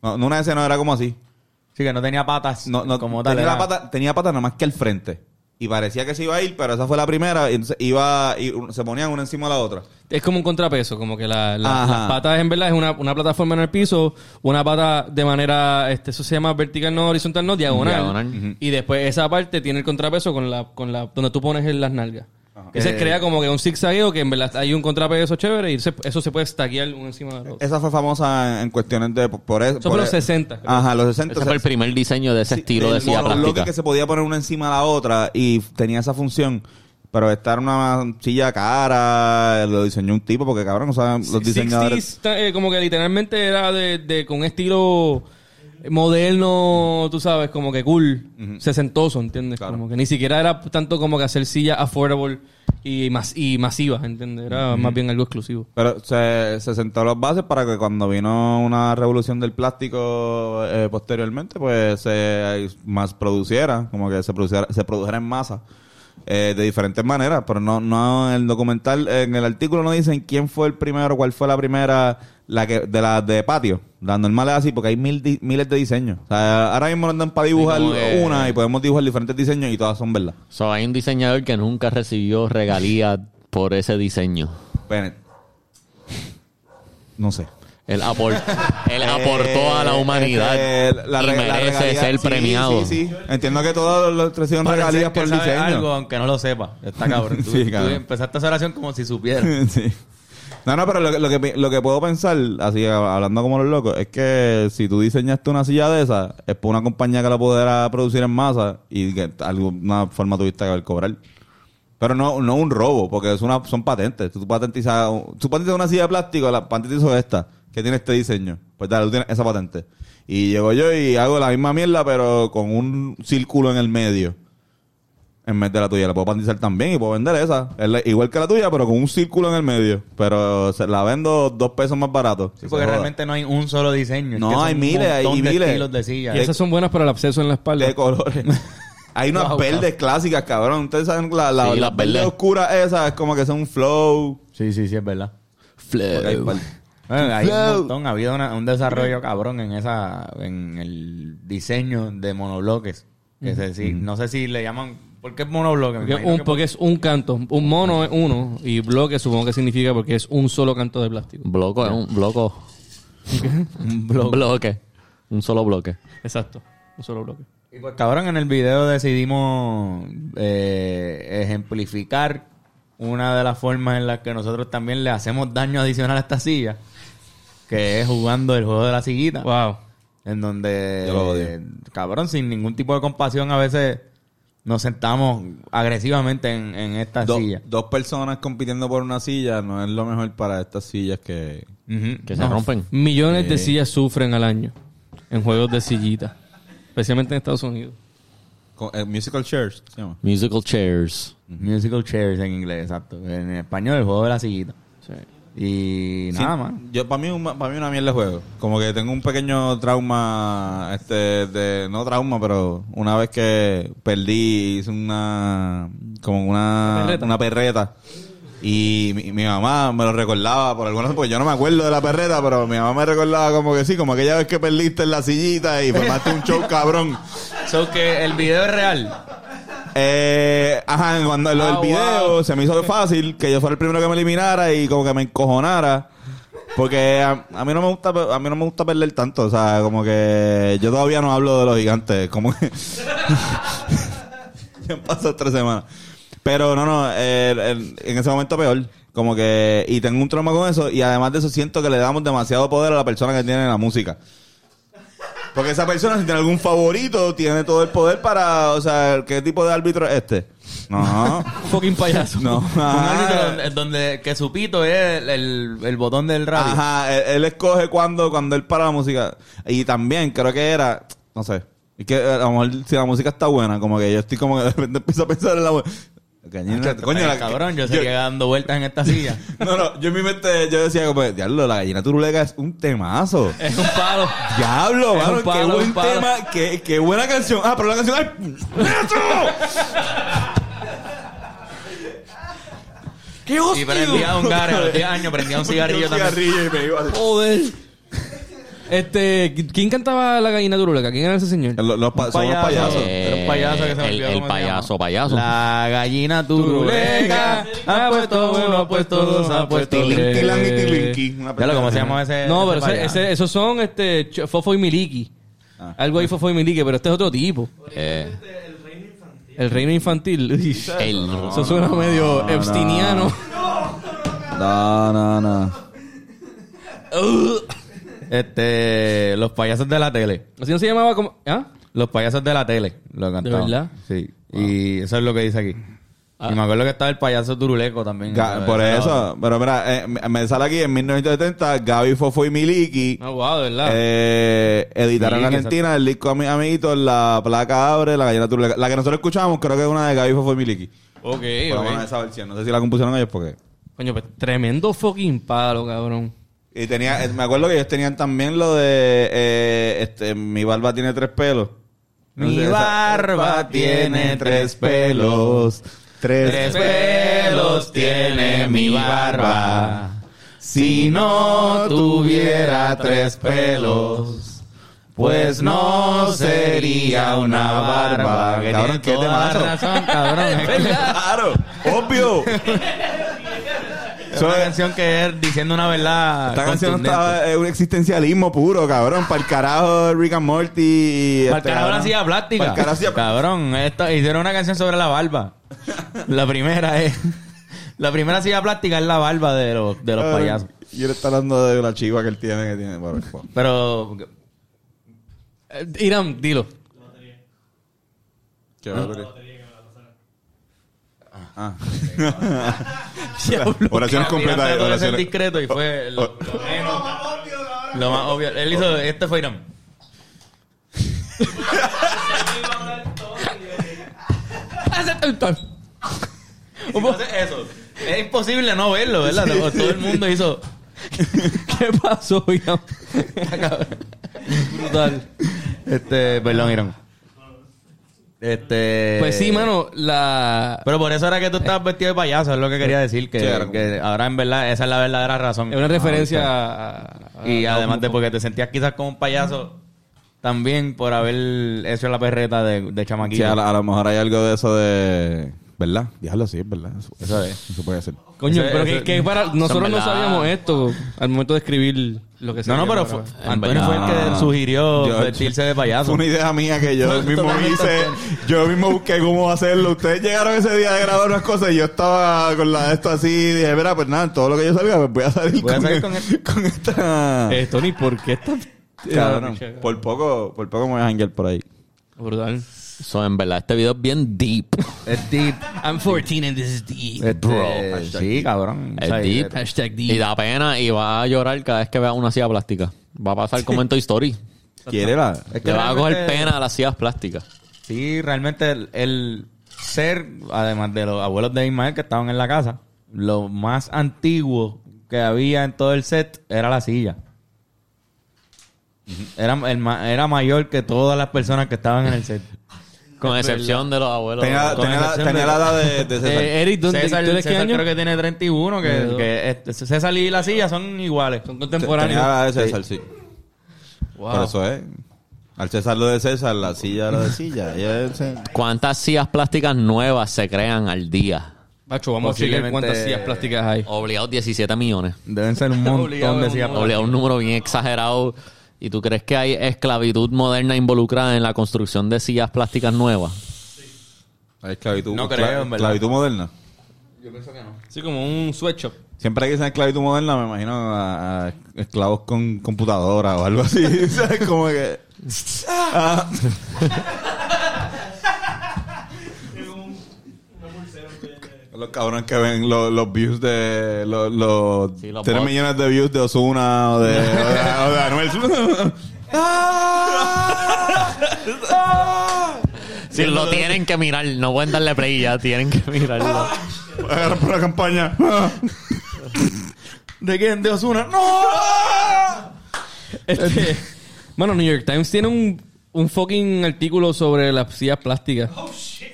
Speaker 4: No, no una S, no, era como así.
Speaker 3: Sí, que no tenía patas.
Speaker 4: No, no,
Speaker 3: como tal.
Speaker 4: tenía, la
Speaker 3: era-
Speaker 4: pata, tenía pata nada más que al frente. Y parecía que se iba a ir, pero esa fue la primera. Y entonces iba, y un- se ponían una encima de la otra.
Speaker 5: Es como un contrapeso, como que la, la-
Speaker 4: Ajá.
Speaker 5: las patas en verdad es una, una plataforma en el piso, una pata de manera, este, eso se llama vertical no, horizontal no, diagonal.
Speaker 2: Diagonal.
Speaker 5: Y después esa parte tiene el contrapeso con la, con la, donde tú pones en las nalgas. Que se crea como que un zigzagueo que en verdad hay un contrapeso chévere y se- eso se puede stackear uno encima del otro.
Speaker 4: Esa fue famosa en, en cuestiones de... Por, por eso,
Speaker 5: Eso fue
Speaker 4: por
Speaker 5: los
Speaker 4: e-
Speaker 5: 60, creo.
Speaker 4: Ajá, los 60.
Speaker 2: Ese fue el
Speaker 4: se-
Speaker 2: primer diseño de ese
Speaker 4: sí,
Speaker 2: estilo de
Speaker 4: del
Speaker 2: silla
Speaker 4: monobloque
Speaker 2: plástica.
Speaker 4: que se podía poner una encima de la otra y tenía esa función. Pero esta era una silla cara, lo diseñó un tipo, porque cabrón, o sea, los diseñadores...
Speaker 5: 60s, ta- eh, como que literalmente era de, de- con un estilo moderno, tú sabes, como que cool, sesentoso, ¿entiendes? Como que ni siquiera era tanto como que hacer silla affordable y, mas, y masiva, ¿entiendes? Era más bien algo exclusivo.
Speaker 4: Pero se, se sentó las bases para que cuando vino una revolución del plástico eh, posteriormente, pues se eh, más produciera, como que se produciera, se produjera en masa eh, de diferentes maneras. Pero no, no en el documental, en el artículo no dicen quién fue el primero, cuál fue la primera, la que de las de patio. Las normales así, porque hay mil di- miles de diseños. O sea, ahora mismo andan para dibujar
Speaker 2: como que-
Speaker 4: una y podemos dibujar diferentes diseños y todas son verdad.
Speaker 2: So, hay un diseñador que nunca recibió regalías por ese diseño.
Speaker 4: Bennett. No sé.
Speaker 2: Él, apor- él aportó a la humanidad
Speaker 4: Eh, la
Speaker 2: y
Speaker 4: re- la
Speaker 2: merece
Speaker 4: regalía-
Speaker 2: ser
Speaker 4: sí,
Speaker 2: premiado.
Speaker 4: sí, sí. Entiendo que todos los recibieron
Speaker 3: Parece
Speaker 4: regalías
Speaker 3: que
Speaker 4: por el
Speaker 3: sabe
Speaker 4: diseño.
Speaker 3: algo, aunque no lo sepa. Está cabrón. Tú,
Speaker 4: Sí,
Speaker 3: tú
Speaker 4: cabrón.
Speaker 3: empezaste esa oración como si supieras.
Speaker 4: Sí. No, no, pero lo, que- lo que, lo que puedo pensar, así hablando como los locos, es que si tú diseñaste una silla de esa, es por una compañía que la pudiera producir en masa y que de alguna forma tuviste que cobrar. Pero no, no un robo, porque es una, son patentes. Tú patentizas, tú patentizas una silla de plástico, la patentizo esta, que tiene este diseño. Pues dale, tú tienes esa patente. Y llego yo y hago la misma mierda, pero con un círculo en el medio. En vez de la tuya, la puedo patentizar también y puedo vender esa. Es la- igual que la tuya, pero con un círculo en el medio. Pero se la vendo dos pesos más barato.
Speaker 3: Sí, porque realmente no hay un solo diseño. es
Speaker 4: No,
Speaker 3: que son
Speaker 4: hay
Speaker 3: un
Speaker 4: miles, hay
Speaker 3: montón de
Speaker 4: miles.
Speaker 3: estilos de silla.
Speaker 5: Y esas son buenas para el absceso en la espalda.
Speaker 4: De colores. Hay unas
Speaker 5: Wow,
Speaker 4: verdes clásicas, cabrón. Ustedes saben, la, la,
Speaker 2: Sí,
Speaker 4: las
Speaker 2: las
Speaker 4: verdes
Speaker 2: verdes.
Speaker 4: oscuras esas, como que son un flow.
Speaker 3: Sí, sí, sí, es verdad.
Speaker 4: Porque hay
Speaker 2: Flow.
Speaker 4: par-
Speaker 3: Bueno, hay un
Speaker 4: Flow.
Speaker 3: montón, ha habido una- un desarrollo cabrón en esa, en el diseño de monobloques. Que se- sí, no sé si le llaman, ¿por qué es monobloque? Me
Speaker 5: Porque,
Speaker 3: imagino
Speaker 5: un,
Speaker 3: que
Speaker 5: porque es un canto. Un mono es uno. Y bloque supongo que significa porque es un solo canto de plástico.
Speaker 2: Bloco es un bloco. un bloque. Un solo bloque.
Speaker 5: Exacto. Un solo bloque.
Speaker 3: Y pues, cabrón, en el video decidimos eh, ejemplificar una de las formas en las que nosotros también le hacemos daño adicional a esta silla, que es jugando el juego de la sillita,
Speaker 5: Wow.
Speaker 3: en donde,
Speaker 4: Yo lo odio.
Speaker 3: eh, cabrón, sin ningún tipo de compasión, a veces nos sentamos agresivamente en, en esta
Speaker 4: do-
Speaker 3: silla.
Speaker 4: Dos personas compitiendo por una silla no es lo mejor para estas sillas que...
Speaker 3: Ujú.
Speaker 2: Que se rompen.
Speaker 5: Millones
Speaker 3: Eh.
Speaker 5: de sillas sufren al año en juegos de sillita. Especialmente en Estados Unidos.
Speaker 4: co- eh, musical chairs, se llama.
Speaker 2: Musical chairs.
Speaker 3: Musical chairs en inglés, exacto. En español, el juego de la sillita. Y nada
Speaker 4: Sí,
Speaker 3: más.
Speaker 4: Yo, para mí, un- para mí una mierda de juego. Como que tengo un pequeño trauma, este, de, no trauma, pero una vez que perdí, hice una, como una,
Speaker 5: Perreta.
Speaker 4: una perreta. Y mi, mi mamá me lo recordaba por alguna porque yo no me acuerdo de la perreta, pero mi mamá me recordaba como que sí, como aquella vez que perdiste en la sillita y formaste un show cabrón.
Speaker 3: So que el video es real.
Speaker 4: Eh, ajá, cuando lo del
Speaker 5: Ah,
Speaker 4: video se me hizo fácil que yo fuera el primero que me eliminara y como que me encojonara. Porque a, a mí no me gusta a mí no me gusta perder tanto, o sea, como que yo todavía no hablo de los gigantes, como que ya han pasado tres semanas. Pero no, no, eh, en- en ese momento peor, como que y tengo un trauma con eso y además de eso siento que le damos demasiado poder a la persona que tiene la música. Porque esa persona, si tiene algún favorito, tiene todo el poder para. O sea, ¿qué tipo de árbitro es este? No.
Speaker 5: Fucking payaso.
Speaker 4: No.
Speaker 3: Un árbitro
Speaker 4: Ajá.
Speaker 3: donde, donde- que su pito es el, el- el botón del radio.
Speaker 4: Ajá, él, él escoge cuando, cuando él para la música. Y también creo que era. No sé. Es que a lo mejor si la música está buena, como que yo estoy como que de repente empiezo a pensar en la. bu- Gallina, coño,
Speaker 5: eh,
Speaker 3: Ay,
Speaker 4: la-
Speaker 3: cabrón, yo seguía dando vueltas en esta silla.
Speaker 4: No, no, yo en mi mente yo decía como, diablo, la gallina turuleca es un temazo.
Speaker 5: Es un palo. Es
Speaker 4: Diablo,
Speaker 5: un
Speaker 4: mano, qué
Speaker 5: palo,
Speaker 4: buen
Speaker 5: un palo.
Speaker 4: tema, qué, qué buena canción. Ah, pero la canción es
Speaker 5: ¡Qué
Speaker 3: Y prendía un gare a los 10 años, prendía un cigarrillo también.
Speaker 4: y me iba así.
Speaker 5: Joder. Este, ¿quién cantaba la gallina turuleca? ¿Quién era ese señor?
Speaker 4: Los, los pa- son unos
Speaker 3: Payaso. Eh,
Speaker 4: payasos.
Speaker 3: Era un payaso que se me
Speaker 2: Eh, el,
Speaker 3: olvidó
Speaker 2: el
Speaker 3: cómo se
Speaker 2: payaso,
Speaker 3: llama.
Speaker 2: payaso.
Speaker 3: La gallina turuleca ha puesto uno, ha puesto dos, ha puesto
Speaker 5: Tilín,
Speaker 3: tres.
Speaker 5: tilán y
Speaker 4: tilinqui. Una
Speaker 3: eh, Ya lo, ¿cómo se llama ese?
Speaker 5: No, pero
Speaker 3: ese
Speaker 5: ese-
Speaker 3: payaso?
Speaker 5: ese- esos son este Ch- Fofo y Miliki.
Speaker 4: Ah.
Speaker 5: Algo ahí Fofo y Miliki, pero este es otro tipo.
Speaker 2: Eh,
Speaker 5: El reino infantil. Uy,
Speaker 2: el-
Speaker 5: Eso suena medio
Speaker 4: no.
Speaker 5: epstiniano.
Speaker 4: No, no, no.
Speaker 3: Este, los payasos de la tele.
Speaker 5: Así no se llamaba como. ¿Ah?
Speaker 3: Los payasos de la tele lo cantaban.
Speaker 5: verdad?
Speaker 3: Sí. Y eso es lo que dice aquí. Y me acuerdo que estaba el payaso turuleco también.
Speaker 4: Ga- por eso, pero mira, eh, me- me sale aquí en 1970, Gaby Fofo y Miliki
Speaker 5: No, wow, de verdad.
Speaker 4: eh, editaron en
Speaker 3: Ah. Miliki,
Speaker 4: Argentina el disco a mis amiguitos, la placa abre, la gallina turuleca. La que nosotros escuchamos creo que es una de Gaby Fofo y Miliki.
Speaker 5: ok,
Speaker 4: Por lo
Speaker 5: ok.
Speaker 4: menos esa versión. No sé si la compusieron ellos porque...
Speaker 5: Coño, pues, tremendo fucking palo, cabrón.
Speaker 4: Y tenía, eh, me acuerdo que ellos tenían también lo de eh, este, mi barba tiene tres pelos. No
Speaker 3: Mi
Speaker 4: sé, esa-
Speaker 3: barba tiene tres pelos.
Speaker 4: Tres pelos tiene mi barba. Si no tuviera tres pelos, pues no sería una barba.
Speaker 3: Que
Speaker 4: Cabrón,
Speaker 3: tiene
Speaker 4: ¿qué
Speaker 3: toda la
Speaker 4: temazo?
Speaker 3: razón, cabrón. Es que-
Speaker 4: Claro, obvio.
Speaker 3: es una canción que es diciendo una verdad.
Speaker 4: Esta canción
Speaker 3: contundente.
Speaker 4: estaba es un existencialismo puro, cabrón. Para el carajo Rick and Morty. y
Speaker 3: Para el
Speaker 4: este,
Speaker 3: carajo la
Speaker 4: cabrón.
Speaker 3: silla plástica.
Speaker 4: Para el carajo la silla-
Speaker 3: Cabrón, esto, hicieron una canción sobre la barba. La primera es. La primera silla plástica es la barba de los, de los
Speaker 4: Cabrón,
Speaker 3: payasos.
Speaker 4: ah, Y él está hablando de la chiva que él tiene. Que tiene. Bueno, pues, bueno.
Speaker 3: Pero.
Speaker 5: Eh, Irán, dilo.
Speaker 4: Qué barbaridad. Ah.
Speaker 5: Diablo.
Speaker 4: Oraciones completas.
Speaker 3: Trató de ser
Speaker 4: oraciones-
Speaker 3: discreto y
Speaker 4: Oh,
Speaker 3: fue lo, lo menos. Lo más obvio. Él hizo. Este fue Irán. Entonces, eso. Es imposible no verlo, ¿verdad? Todo- Todo el mundo hizo.
Speaker 5: ¿Qué pasó, Irán? Brutal.
Speaker 3: Este, perdón, Irán. Este...
Speaker 5: Pues sí, mano, la...
Speaker 3: Pero por eso era que tú estabas vestido de payaso, es lo que quería decir. Que,
Speaker 4: Sí, era como-
Speaker 3: que ahora en verdad esa es la verdadera razón.
Speaker 5: Es una Ah, referencia a- a-
Speaker 3: ah, Y
Speaker 5: a-
Speaker 3: además de porque te sentías quizás como un payaso también por haber hecho la perreta de, de
Speaker 4: Sí,
Speaker 3: chamaquillo.
Speaker 4: a, la- a lo mejor hay algo de eso de... ¿Verdad? Diablo, sí, es verdad. Eso,
Speaker 3: Eso es.
Speaker 4: eso puede ser.
Speaker 5: Coño,
Speaker 3: Eso-
Speaker 5: pero
Speaker 3: eso-
Speaker 5: que, que para... Nosotros no
Speaker 2: verdad.
Speaker 5: sabíamos esto al momento de escribir lo que se
Speaker 3: No, no,
Speaker 5: llama
Speaker 3: pero
Speaker 5: la
Speaker 3: fue-
Speaker 5: grabación.
Speaker 2: En
Speaker 3: Antonio
Speaker 2: verdad.
Speaker 3: fue el que sugirió
Speaker 4: Yo-
Speaker 3: vestirse de payaso.
Speaker 4: Fue una idea mía que yo mismo hice. Yo mismo busqué cómo hacerlo. Ustedes llegaron ese día de grabar unas cosas y yo estaba con la de esto así. Y dije, mira, pues nada, todo lo que yo salga, pues voy a salir,
Speaker 3: Voy a
Speaker 4: con,
Speaker 3: salir
Speaker 4: el-
Speaker 3: con el-
Speaker 4: con esta.
Speaker 5: Eh, Tony, ¿por qué estás...?
Speaker 4: Cabrón,
Speaker 5: Ah, picha,
Speaker 4: eh, por poco, por poco me voy a janguear por ahí.
Speaker 5: Brutal.
Speaker 2: So, en verdad, este video es bien deep.
Speaker 3: Es deep.
Speaker 5: I'm 14 and this is E. deep.
Speaker 3: Este,
Speaker 2: Bro.
Speaker 3: Sí, cabrón.
Speaker 2: Es
Speaker 3: O sea,
Speaker 2: deep.
Speaker 5: Hashtag
Speaker 2: Y
Speaker 5: deep.
Speaker 2: da pena y va a llorar cada vez que vea una silla plástica. Va a pasar como en Toy Story.
Speaker 4: ¿Quiere la?
Speaker 3: es que
Speaker 2: Le va a coger
Speaker 3: realmente-
Speaker 2: pena a las sillas plásticas.
Speaker 3: Sí, realmente el, el ser, además de los abuelos de Ismael que estaban en la casa, lo más antiguo que había en todo el set era la silla. Era, el ma- era mayor que todas las personas que estaban en el set.
Speaker 2: Con excepción de los abuelos.
Speaker 4: Tenía,
Speaker 2: Con-
Speaker 4: tenía la,
Speaker 3: excepción
Speaker 4: tenía
Speaker 3: de-
Speaker 4: la edad de, de César.
Speaker 5: Eh, Eric, ¿dónde,
Speaker 3: César,
Speaker 5: ¿tú eres qué
Speaker 3: César
Speaker 5: año?
Speaker 3: creo que tiene 31, que, que este, César y la silla son iguales.
Speaker 5: Son
Speaker 4: Tenía
Speaker 5: contemporáneos.
Speaker 4: la edad de César, sí. Por eso es. Al César lo de César, la silla lo de silla. Y ese-
Speaker 2: ¿Cuántas sillas plásticas nuevas se crean al día?
Speaker 5: Macho, vamos a chequear
Speaker 3: Posiblemente-
Speaker 5: cuántas sillas plásticas hay.
Speaker 2: Obligados 17 millones.
Speaker 3: Deben ser un
Speaker 5: Obligado,
Speaker 3: montón
Speaker 5: es
Speaker 3: de
Speaker 5: un
Speaker 3: sillas.
Speaker 5: montón.
Speaker 2: Obligados un número bien exagerado. ¿Y tú crees que hay esclavitud moderna involucrada en la construcción de sillas plásticas nuevas?
Speaker 4: la esclavitud,
Speaker 3: No creo, en verdad.
Speaker 4: esclavitud moderna.
Speaker 5: Sí, como un sweatshop.
Speaker 4: Siempre que dicen esclavitud moderna, me imagino a, a esclavos con computadora o algo así. ¿Sabes? Como que. Ah,
Speaker 1: Es como un- una pulsera de- de-
Speaker 4: los cabrones que ven lo- los views de. Los, los
Speaker 2: Sí, los
Speaker 4: 3
Speaker 2: bots.
Speaker 4: millones de views de Osuna o de, o de, o de Anuel.
Speaker 2: Si lo tienen que mirar, no pueden darle play ya, tienen que mirarlo.
Speaker 4: Agarran por la campaña.
Speaker 3: ¿De quién? ¿De Osuna? ¡No!
Speaker 5: Este, mano, New York Times tiene un, un fucking artículo sobre las sillas plásticas.
Speaker 1: Oh shit.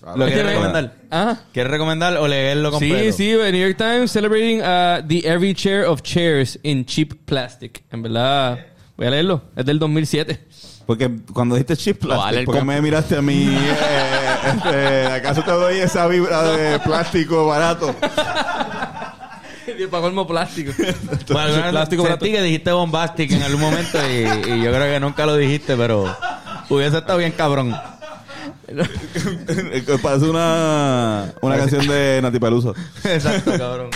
Speaker 3: ¿Lo quieres
Speaker 5: Este,
Speaker 3: recomendar?
Speaker 5: Ah.
Speaker 3: ¿Quieres recomendar o leerlo
Speaker 5: Sí,
Speaker 3: completo?
Speaker 5: sí, The New York Times celebrating uh, the every chair of chairs in cheap plastic. En verdad, voy a leerlo. Es del 2007.
Speaker 4: Porque cuando dijiste chip
Speaker 2: Lo vale
Speaker 4: plastic,
Speaker 2: el
Speaker 4: ¿por qué
Speaker 2: comp-
Speaker 4: me miraste a mí? eh, este, ¿Acaso te doy esa vibra de plástico barato?
Speaker 5: Y para colmo plástico.
Speaker 3: Bueno, alguna vez
Speaker 5: plástico
Speaker 3: sentí que dijiste bombastic en algún momento y, y yo creo que nunca lo dijiste, pero hubiese estado bien cabrón.
Speaker 4: Parece una, una canción de Nati Peluso.
Speaker 3: Exacto, cabrón.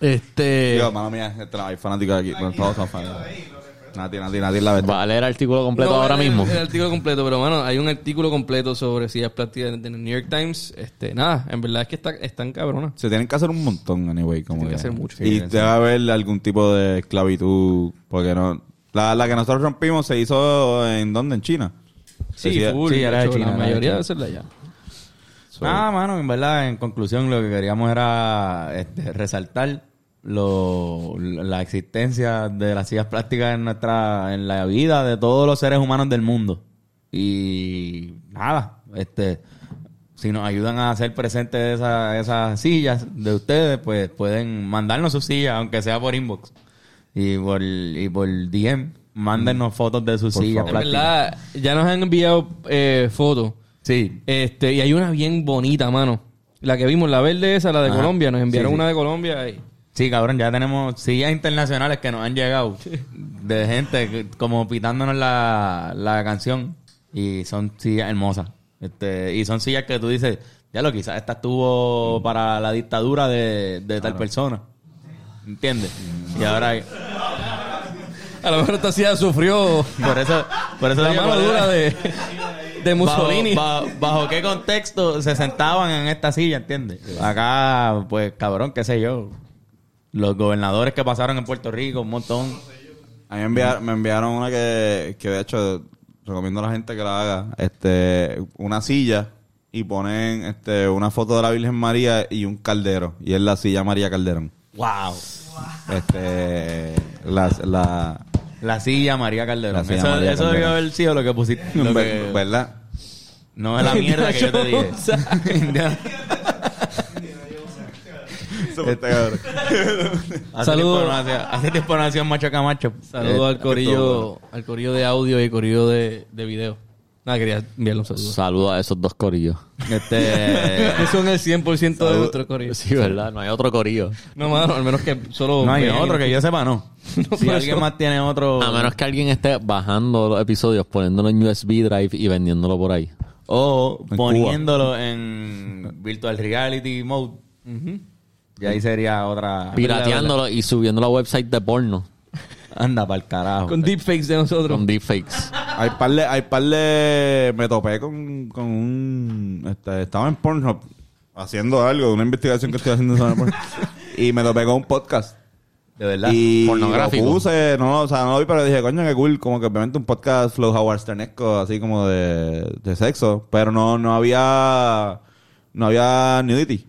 Speaker 5: Este.
Speaker 4: Digo, mano mía, este, hay fanáticos aquí. Bueno, todos son fanáticos. Nati, Nati, Nati es la verdad.
Speaker 2: Va a leer el artículo completo
Speaker 5: No, eh,
Speaker 2: ahora
Speaker 5: el-
Speaker 2: mismo.
Speaker 5: El artículo completo, pero mano, hay un artículo completo sobre sillas plásticas en el New York Times. Este, nada, en verdad es que está, están cabronas.
Speaker 4: Se tienen que hacer un montón, anyway. Como
Speaker 5: tienen que hacer mucho.
Speaker 4: Y debe haber algún tipo de esclavitud. Porque no. La, la que nosotros rompimos se hizo en dónde? En China.
Speaker 5: Sí,
Speaker 4: Decía-
Speaker 5: full,
Speaker 3: sí, era de
Speaker 5: macho,
Speaker 3: China,
Speaker 5: La
Speaker 3: era de
Speaker 5: mayoría
Speaker 3: China.
Speaker 5: de esas la ya.
Speaker 3: Ah, mano, en verdad, en conclusión, lo que queríamos era este, resaltar lo, la existencia de las sillas plásticas en nuestra, en la vida de todos los seres humanos del mundo. Y nada, este, si nos ayudan a hacer presentes esa- esas sillas de ustedes, pues pueden mandarnos sus sillas, aunque sea por inbox y por, y por DM. Mándennos fotos de sus
Speaker 4: Mm. Por
Speaker 3: sillas
Speaker 4: favor.
Speaker 5: En
Speaker 3: plásticas.
Speaker 5: verdad, ya nos han enviado eh, fotos.
Speaker 3: Sí,
Speaker 5: Este, y hay una bien bonita, mano. La que vimos, la verde esa, la de
Speaker 3: Ajá.
Speaker 5: Colombia. Nos
Speaker 3: Sí,
Speaker 5: enviaron
Speaker 3: sí.
Speaker 5: una de Colombia y.
Speaker 3: Sí, cabrón, ya tenemos sillas internacionales que nos han llegado de gente que- como pitándonos la, la canción y son sillas hermosas. Este, y son sillas que tú dices, ya lo quizás esta
Speaker 5: Mm.
Speaker 3: estuvo para la dictadura de, de tal persona. ¿Entiendes? Y ahora
Speaker 5: A lo mejor esta silla sufrió
Speaker 3: por eso por eso
Speaker 5: la
Speaker 3: digo,
Speaker 5: mano
Speaker 3: por-
Speaker 5: dura de, de Mussolini.
Speaker 3: Bajo, ba- bajo qué contexto se sentaban en esta silla, ¿entiendes? Acá, pues, cabrón, qué sé yo. Los gobernadores que pasaron en Puerto Rico, un montón.
Speaker 4: A mí me, enviar- me enviaron una que, que de hecho recomiendo a la gente que la haga, este, una silla y ponen este, una foto de la Virgen María y un caldero. Y es la silla María Calderón.
Speaker 3: ¡Wow!
Speaker 4: Este, la, la,
Speaker 3: La silla María Calderón.
Speaker 4: La silla
Speaker 3: eso
Speaker 4: María
Speaker 3: eso
Speaker 4: Calderón.
Speaker 3: debió haber sido lo que pusiste. lo que-
Speaker 4: ¿Verdad?
Speaker 3: No es la mierda que yo te dije. Indiana-
Speaker 4: Este,
Speaker 3: hace
Speaker 5: Saludos.
Speaker 3: tiempo no hacía- Hace tiempo no hacían macho acá macho.
Speaker 5: Saludos al
Speaker 4: todo
Speaker 5: corillo, al corillo de audio y corillo de, de video. Nada, quería enviarle un saludo.
Speaker 2: Saludos a esos dos corillos.
Speaker 3: Eh, Este,
Speaker 5: Que son el 100% de nuestro corillo.
Speaker 2: Sí, ¿verdad? No hay otro corillo.
Speaker 5: No, mano, al menos que solo...
Speaker 3: no hay
Speaker 5: vean
Speaker 3: otro
Speaker 5: el-
Speaker 3: que yo sepa, no. si
Speaker 5: por
Speaker 3: alguien
Speaker 5: eso.
Speaker 3: más tiene otro.
Speaker 2: A menos que alguien esté bajando los episodios, poniéndolo en USB Drive y vendiéndolo por ahí.
Speaker 3: O
Speaker 4: En
Speaker 3: poniéndolo en Virtual Reality Mode. Y ahí sería
Speaker 2: Ah,
Speaker 3: otra.
Speaker 2: Pirateándolo y subiendo la website de porno
Speaker 3: Anda para el carajo.
Speaker 5: Con deepfakes de nosotros.
Speaker 2: con deepfakes.
Speaker 4: Hay par de, hay par de- me topé con, con un este, estaba en Pornhub haciendo algo, una investigación que estoy haciendo sobre Pornhub. y me topé con un podcast.
Speaker 3: De verdad.
Speaker 4: Y
Speaker 2: Pornográfico.
Speaker 4: lo puse, no, o sea, no lo vi, pero dije, coño, qué cool, como que obviamente un podcast Flow Howard Sternesco, así como de, de sexo, pero no, no había, no había nudity.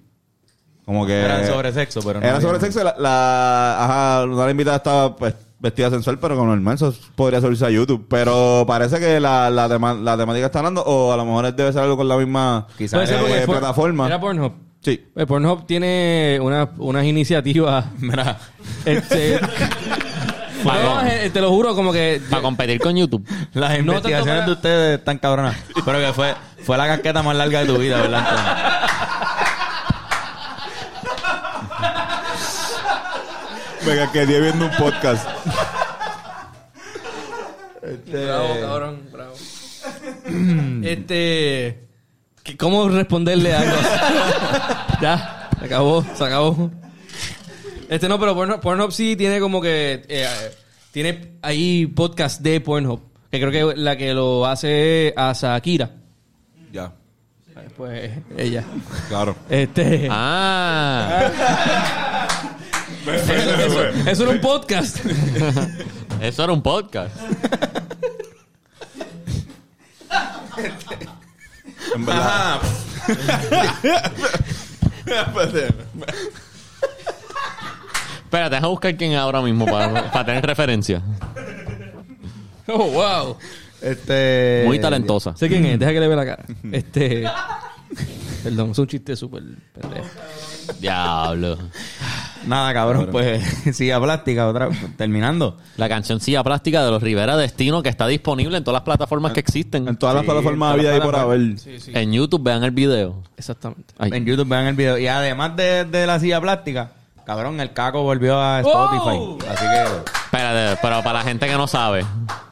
Speaker 4: Como que...
Speaker 3: Eran sobre sexo, pero no
Speaker 4: eh, Era
Speaker 3: había-
Speaker 4: sobre sexo, la, la- ajá, la invitada estaba pues, vestida sensual, pero con el manso podría subirse a YouTube. Pero parece que la, la, tema- la temática está hablando, o a lo mejor debe ser algo con la misma
Speaker 3: Quizás
Speaker 4: eh,
Speaker 3: era
Speaker 5: porque por-
Speaker 4: plataforma.
Speaker 5: Era Pornhub.
Speaker 4: Sí.
Speaker 5: Eh, Pornhub tiene una- unas iniciativas...
Speaker 3: Mira,
Speaker 5: Este, No, eh, te lo juro, como que...
Speaker 2: Para competir con YouTube.
Speaker 3: las
Speaker 5: No
Speaker 3: investigaciones
Speaker 5: tanto para-
Speaker 3: de ustedes están cabronas. Pero que fue, fue la casqueta más larga de tu vida, ¿verdad, Antonio?
Speaker 4: Venga, quedé viendo un podcast.
Speaker 5: Bravo, cabrón, bravo. este. que- ¿Cómo responderle a algo así? ya, se acabó, se acabó. Este no, pero Pornhub, Pornhub sí tiene como que. eh, tiene ahí podcast de Pornhub. Que creo que la que lo hace a Shakira.
Speaker 4: ya,
Speaker 5: Pues ella.
Speaker 4: claro.
Speaker 5: Este.
Speaker 2: Ah,
Speaker 5: eso, eso era un podcast.
Speaker 2: eso era un podcast.
Speaker 4: En verdad.
Speaker 2: Espérate, deja buscar quién es ahora mismo para, para tener referencia.
Speaker 5: Oh, wow.
Speaker 3: Este.
Speaker 2: Muy talentosa.
Speaker 5: Sé quién es, deja que le vea la cara. Este. Perdón, es un chiste súper pendejo.
Speaker 2: Diablo.
Speaker 3: Nada, cabrón, pues silla plástica, otra. Terminando.
Speaker 2: La cancioncilla plástica de los Rivera Destino que está disponible en todas las plataformas que
Speaker 4: En
Speaker 2: existen.
Speaker 4: todas las plataformas había ahí por haber.
Speaker 2: En YouTube vean el video.
Speaker 5: Exactamente.
Speaker 2: Ay.
Speaker 3: En YouTube vean el video. Y además de, de la silla plástica, cabrón, el caco volvió a Spotify.
Speaker 5: ¡Oh!
Speaker 3: Así que.
Speaker 2: Espérate, pero para la gente que no sabe.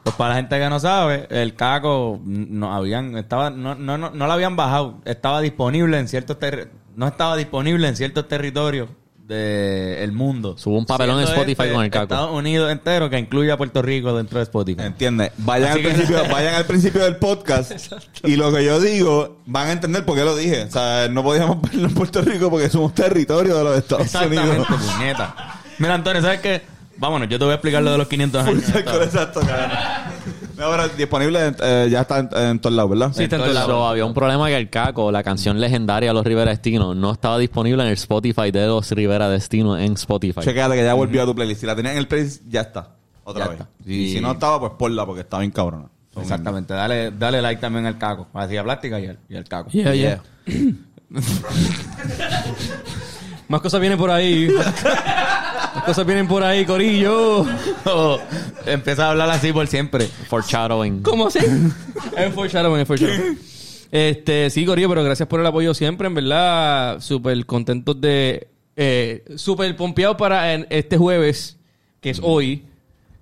Speaker 3: Pues para la gente que no sabe, el caco no habían estaba no no no, no lo habían bajado, estaba disponible en ciertos terri- no estaba disponible en ciertos territorios del mundo.
Speaker 2: Subo un papelón en
Speaker 3: Siendo
Speaker 2: Spotify
Speaker 3: este
Speaker 2: con el Caco.
Speaker 3: Estados Unidos entero que incluye a Puerto Rico dentro de Spotify.
Speaker 4: ¿Entiendes? Vayan
Speaker 3: Así
Speaker 4: al,
Speaker 3: que-
Speaker 4: principio, vayan al principio del podcast y lo que yo digo van a entender por qué lo dije. O sea, no podíamos verlo en Puerto Rico porque somos territorio de los Estados Unidos.
Speaker 3: Exactamente, puñeta. Mira, Antonio, ¿sabes qué? Vámonos, yo te voy a explicar lo de los 500
Speaker 4: Full
Speaker 3: años.
Speaker 4: circle, exacto, cabrón. No, Ahora disponible en- eh, ya está en, en todos lados, ¿verdad?
Speaker 5: Sí, está en todos
Speaker 2: Entonces,
Speaker 5: lados.
Speaker 2: había un problema que el Caco, la canción legendaria de los Rivera Destino, no estaba disponible en el Spotify de los Rivera Destino en Spotify.
Speaker 4: Chequéate que ya volvió a tu playlist. Si la tenías en el playlist, ya está. Otra
Speaker 3: Ya
Speaker 4: vez.
Speaker 3: está.
Speaker 4: Y
Speaker 3: Sí.
Speaker 4: si no estaba, pues ponla porque está bien cabrona. Son-
Speaker 3: Exactamente, dale, dale like también al caco, a la silla plástica y al, y al caco.
Speaker 5: Yeah, yeah. Más cosas vienen por ahí. Más cosas vienen por ahí, Corillo.
Speaker 3: Oh, empieza a hablar así por siempre.
Speaker 2: Foreshadowing.
Speaker 5: ¿Cómo así? Es foreshadowing, es foreshadowing. Este, sí, Corillo, pero gracias por el apoyo siempre. En verdad, súper contentos de. Eh, súper pompeados para en- este jueves, que es hoy,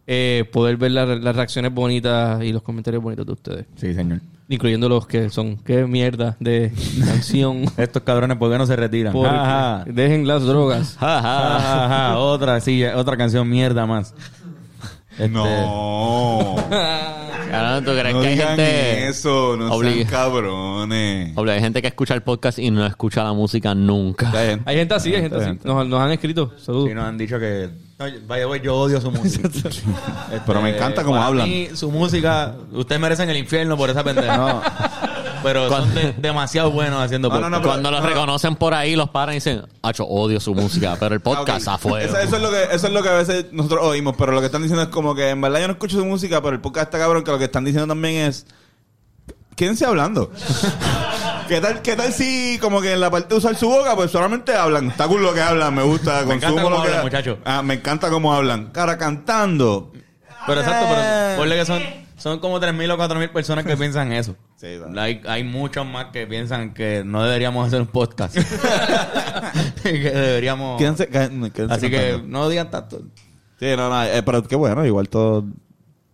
Speaker 5: eh, poder ver la- las reacciones bonitas y los comentarios bonitos de ustedes.
Speaker 3: Sí, señor.
Speaker 5: Incluyendo los que son. ¡Qué mierda de canción!
Speaker 3: Estos cabrones, ¿por qué no se retiran?
Speaker 5: Porque
Speaker 3: Ja, ja.
Speaker 5: dejen las drogas.
Speaker 3: Ja, ja, ja, ja. Otra, sí, otra canción mierda más. Este,
Speaker 4: No.
Speaker 2: Cabrón, ¿tú crees
Speaker 4: no
Speaker 2: que hay
Speaker 4: digan
Speaker 2: gente...
Speaker 4: eso. No
Speaker 2: Oblig-
Speaker 4: sean cabrones.
Speaker 2: Obvio, hay gente que escucha el podcast y no escucha la música nunca.
Speaker 4: Hay gente-
Speaker 5: Hay gente así, hay gente así. Nos, nos han escrito.
Speaker 4: Uh.
Speaker 5: Saludos.
Speaker 3: Sí, nos han dicho que. No, Vaya, güey, yo odio su música. Este,
Speaker 4: Pero me encanta cómo
Speaker 3: para
Speaker 4: hablan.
Speaker 3: mí, su música. Ustedes merecen el infierno por esa pendeja. Pero son de- demasiado buenos haciendo
Speaker 4: No, no, no,
Speaker 3: podcast.
Speaker 2: Cuando los reconocen por ahí, los paran y dicen, Hacho, odio su música, pero el podcast
Speaker 4: Ah, ok.
Speaker 2: afuera.
Speaker 4: Eso, eso es lo que, eso es lo que a veces nosotros oímos, pero lo que están diciendo es como que en verdad yo no escucho su música, pero el podcast está cabrón, que lo que están diciendo también es quédense hablando. ¿Qué tal, ¿Qué tal si como que en la parte de usar su boca, pues solamente hablan? Está cool lo que hablan, me gusta,
Speaker 3: Me encanta
Speaker 4: consumo
Speaker 3: cómo
Speaker 4: lo que
Speaker 3: hablan, muchacho.
Speaker 4: Ah, me encanta cómo hablan. Cara, cantando.
Speaker 3: Pero exacto,
Speaker 4: Eh.
Speaker 3: pero ponle que son, son como 3.000 o 4.000 personas que piensan eso.
Speaker 4: Sí, está.
Speaker 3: hay, hay muchos más que piensan que no deberíamos hacer un podcast. que deberíamos...
Speaker 4: Quédense, ca- quédense
Speaker 3: Así que
Speaker 4: cantando.
Speaker 3: no digan tanto.
Speaker 4: Sí, no, no, eh, pero qué bueno, igual todo,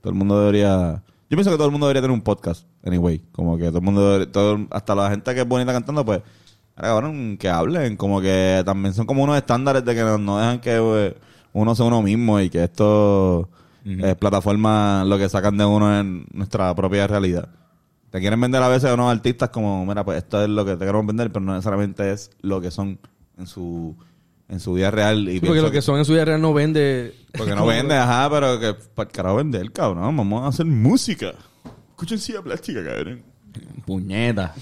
Speaker 4: todo el mundo debería... Yo pienso que todo el mundo debería tener un podcast, anyway. Como que todo el mundo, debería- todo, hasta la gente que es bonita cantando, pues... ahora, cabrón, que hablen, como que también son como unos estándares de que no, no dejan que eh, uno sea uno mismo y que esto es plataforma lo que sacan de uno en nuestra propia realidad. Te quieren vender a veces a unos artistas como, mira, pues esto es lo que te queremos vender, pero no necesariamente es lo que son en su, en su vida real. Y
Speaker 5: porque
Speaker 4: pienso
Speaker 5: lo que son en su vida real no vende.
Speaker 4: porque no vende, ajá, pero que para el carajo vender, cabrón. Vamos a hacer música. Escuchen silla plástica, cabrón.
Speaker 3: Puñeta.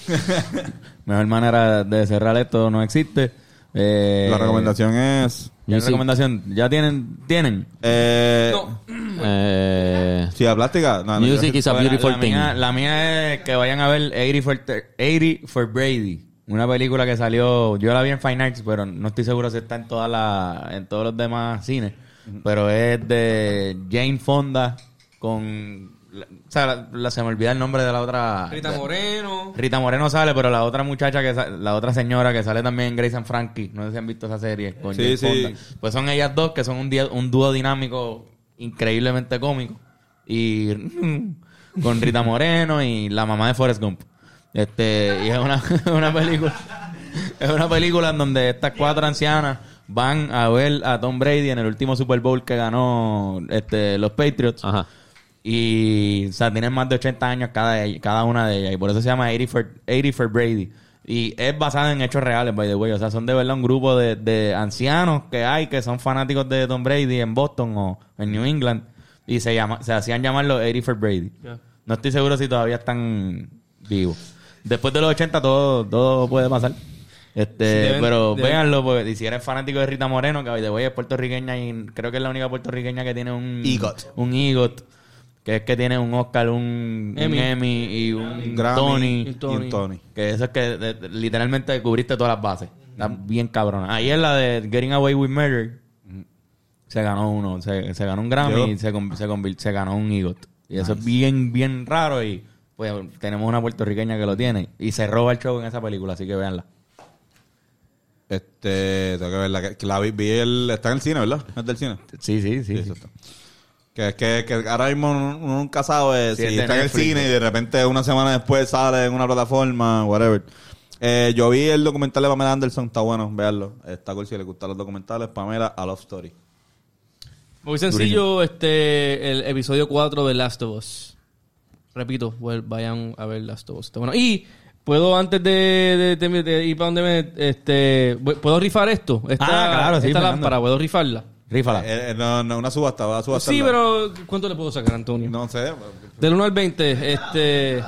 Speaker 3: Mejor manera de cerrar esto no existe. Eh,
Speaker 4: La recomendación es.
Speaker 3: ya la
Speaker 2: Music.
Speaker 3: recomendación. Ya tienen... tienen
Speaker 4: Eh,
Speaker 2: Eh,
Speaker 4: Silla plástica. No, no,
Speaker 2: Music
Speaker 4: yo-
Speaker 2: is a
Speaker 3: Bueno,
Speaker 2: beautiful
Speaker 3: Pues la
Speaker 2: thing.
Speaker 3: Mía, la mía es que vayan a ver 80 for, Ter- 80 for Brady. Una película que salió, yo la vi en Fine Arts, pero no estoy seguro si está en todas las en todos los demás cines. Pero es de Jane Fonda con... la- o sea, la, la- se me olvida el nombre de la otra...
Speaker 5: Rita
Speaker 3: de-
Speaker 5: Moreno.
Speaker 3: Rita Moreno sale, pero la otra muchacha, que sa- la otra señora que sale también en Grace and Frankie, no sé si han visto esa serie. Con
Speaker 4: Sí,
Speaker 3: Jane
Speaker 4: sí.
Speaker 3: Fonda. Pues son ellas dos que son un, día- un dúo dinámico increíblemente cómico. Y con Rita Moreno y la mamá de Forrest Gump. Este, y es una, una película. Es una película en donde estas cuatro ancianas van a ver a Tom Brady en el último Super Bowl que ganó este, los Patriots.
Speaker 2: Ajá.
Speaker 3: Y, o sea, tienen más de 80 años cada, cada una de ellas. Y por eso se llama 80 for, 80 for Brady. Y es basada en hechos reales, by the way. O sea, son de verdad un grupo de, de ancianos que hay que son fanáticos de Tom Brady en Boston o en New England. Y se, llama, se hacían llamar los 80 for Brady.
Speaker 5: Ya.
Speaker 3: No estoy seguro si todavía están vivos. Después de los 80 todo, todo puede pasar. Este,
Speaker 5: Sí, deben-
Speaker 3: pero
Speaker 5: deben-
Speaker 3: véanlo, porque si eres fanático de Rita Moreno, que by the way es puertorriqueña y creo que es la única puertorriqueña que tiene un
Speaker 4: EGOT.
Speaker 3: un EGOT, que es que tiene un Oscar, un un
Speaker 5: Emmy.
Speaker 3: Emmy, y un
Speaker 4: Grammy
Speaker 3: Tony.
Speaker 4: y
Speaker 5: Tony.
Speaker 4: un Tony.
Speaker 3: Que eso es que de- de- literalmente cubriste todas las bases. Está bien cabrona. Ahí es la de Getting Away with Murder. Se ganó uno, se, se ganó un Grammy
Speaker 4: Yo.
Speaker 3: y se, con- se, convir- se ganó un EGOT. Y eso es bien, bien raro y pues tenemos una puertorriqueña que lo tiene. Y se roba el show en esa película, así que véanla.
Speaker 4: Este, tengo que ver la que la vi, vi el, está en el cine, ¿verdad? Es del cine.
Speaker 3: Sí, sí, sí. sí.
Speaker 4: eso está. Que, que, que ahora mismo uno uno nunca sabe
Speaker 3: Sí,
Speaker 4: si
Speaker 3: es de
Speaker 4: está en el
Speaker 3: Netflix.
Speaker 4: cine y de repente una semana después sale en una plataforma, whatever. Eh, yo vi el documental de Pamela Anderson, está bueno, veanlo. Está cool si les gustan los documentales. Pamela, A Love Story.
Speaker 5: Muy sencillo, este, el episodio 4 de Last of Us. Repito, vuel- vayan a ver Last of Us. Está bueno. Y puedo, antes de, de- de- de ir para donde me, este, vu- ¿puedo rifar esto? Esta,
Speaker 3: Ah, claro, sí,
Speaker 5: Esta
Speaker 3: Fernando.
Speaker 5: lámpara, ¿puedo rifarla?
Speaker 3: Rífala.
Speaker 4: Eh, eh, no, no, una subasta, va a subasta.
Speaker 5: Sí, pero ¿cuánto le puedo sacar, Antonio?
Speaker 4: No sé.
Speaker 5: Del 1 al 20, este...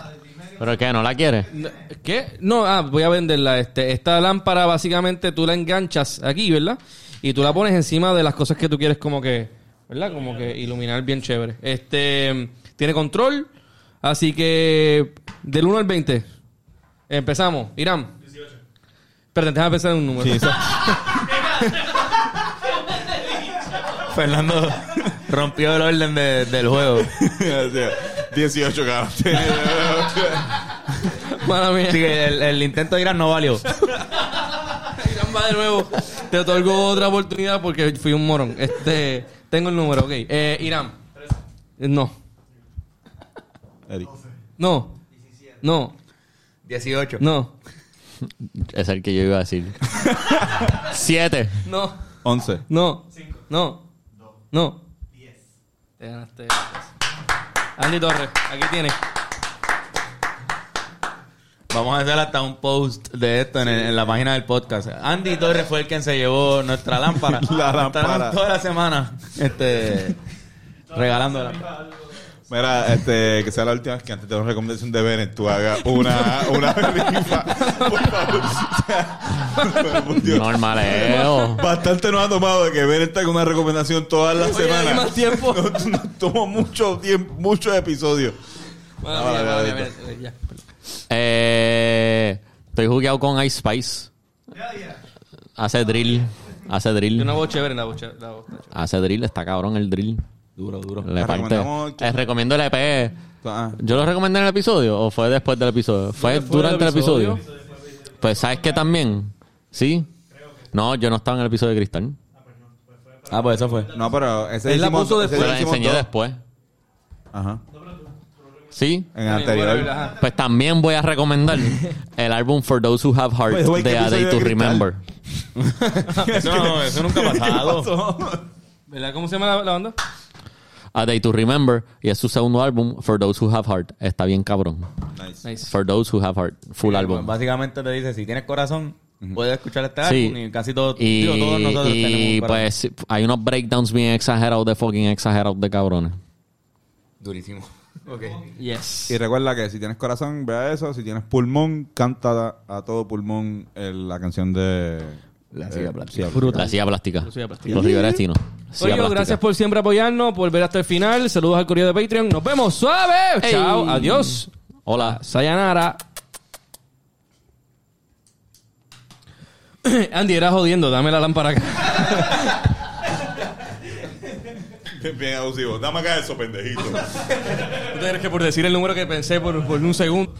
Speaker 2: ¿Pero qué? ¿No la quieres?
Speaker 5: No, ¿Qué? No, ah, voy a venderla. Este, esta lámpara básicamente tú la enganchas aquí, ¿verdad? Y tú la pones encima de las cosas que tú quieres como que, ¿verdad? Como que iluminar bien chévere. Este, tiene control, así que del 1 al 20. Empezamos. Irán. 18. Espérate, déjame pensar en un número.
Speaker 3: Fernando rompió el orden de- del juego.
Speaker 4: 18, cabrón.
Speaker 5: Mala mía.
Speaker 3: Así que el, el intento de Irán no valió.
Speaker 5: Irán va de nuevo. Te otorgo otra oportunidad porque fui un morón. Este, tengo el número, ok. Eh, Irán. No.
Speaker 4: Eric.
Speaker 5: No. No.
Speaker 3: 18.
Speaker 5: No.
Speaker 2: Es el que yo iba a decir. Siete.
Speaker 5: No,
Speaker 4: 11.
Speaker 5: no, no, no. Te ganaste. Andy Torres, aquí tienes.
Speaker 3: Vamos a hacer hasta un post de esto en, el- en la página del podcast. Andy Torres fue el quien se llevó nuestra lámpara.
Speaker 4: La lámpara.
Speaker 3: Estaban toda la semana este, regalándola.
Speaker 4: Mira, este, que sea la última vez que antes de una recomendación de Bennett, tú hagas una, una rifa. Por favor. O sea, por Oh, Dios.
Speaker 2: Normaleo.
Speaker 4: Bastante nos ha tomado de que ver esta con una recomendación todas las
Speaker 5: Oye, hay
Speaker 4: semanas.
Speaker 5: más tiempo.
Speaker 4: Nos, nos tomó mucho tiempo, muchos episodios.
Speaker 5: Madre
Speaker 4: Vale,
Speaker 5: mía,
Speaker 4: vale,
Speaker 5: madre mía, ya, perdón.
Speaker 2: Eh, estoy jugueado con Ice Spice.
Speaker 1: Ya, ya.
Speaker 2: Hace drill. Hace
Speaker 5: Y
Speaker 2: drill.
Speaker 5: una voz chévere, una voz chévere, una voz chévere.
Speaker 2: Hace drill. Está cabrón el drill.
Speaker 4: Duro, duro.
Speaker 2: Le parte.
Speaker 4: recomendamos que-
Speaker 2: Les recomiendo el E EP.
Speaker 4: Ah,
Speaker 2: ¿Yo lo recomendé en el episodio o fue después del episodio? Fue
Speaker 5: fue
Speaker 2: durante
Speaker 5: el
Speaker 2: el episodio?
Speaker 5: episodio?
Speaker 2: Pues ¿sabes qué también? ¿Sí? No, yo no estaba en el episodio de Cristal.
Speaker 3: Ah, pues eso fue.
Speaker 4: No, pero ese
Speaker 5: Él la
Speaker 4: hicimos-
Speaker 5: puso
Speaker 4: ese
Speaker 2: Se
Speaker 5: después.
Speaker 2: lo
Speaker 4: hicimos
Speaker 2: enseñé
Speaker 4: dos.
Speaker 2: después.
Speaker 4: Ajá.
Speaker 2: ¿Sí?
Speaker 4: En el anterior.
Speaker 5: Ajá.
Speaker 2: Pues también voy a recomendar el álbum For Those Who Have Heart
Speaker 4: By the way, ¿qué
Speaker 2: de A
Speaker 4: episodio
Speaker 2: Day to
Speaker 4: de Cristal?
Speaker 2: Remember.
Speaker 3: Eso, no, eso nunca ha pasado.
Speaker 5: ¿Verdad? ¿Cómo se llama la, la banda?
Speaker 2: A Day to Remember y es su segundo álbum For Those Who Have Heart. Está bien cabrón.
Speaker 4: Nice.
Speaker 5: Nice.
Speaker 2: For Those Who Have Heart, full álbum.
Speaker 3: Pues Básicamente te dice, si tienes corazón, puedes escuchar este
Speaker 2: Sí.
Speaker 3: álbum y casi todos,
Speaker 2: Y,
Speaker 3: digo, todos nosotros
Speaker 2: y,
Speaker 3: tenemos un corazón.
Speaker 2: pues sí, hay unos breakdowns bien exagerados de fucking exagerados de cabrones.
Speaker 3: Durísimo. Ok.
Speaker 5: Yes.
Speaker 4: Y recuerda que si tienes corazón, vea eso. Si tienes pulmón, canta a, a todo pulmón el- la canción de... eh,
Speaker 3: La Silla Plástica.
Speaker 2: La silla plástica.
Speaker 5: silla plástica.
Speaker 2: Los Rivera Destino. Silla
Speaker 5: Oye,
Speaker 2: plástica.
Speaker 5: gracias por siempre apoyarnos, por ver hasta el final. Saludos al correo de Patreon. Nos vemos suave.
Speaker 2: Ey.
Speaker 5: Chao, adiós.
Speaker 2: Hola.
Speaker 5: Sayonara. Andy, era jodiendo. Dame la lámpara acá.
Speaker 4: Bien abusivo. Dame acá eso, pendejito.
Speaker 5: ¿Tú te crees que por decir el número que pensé por, por un segundo?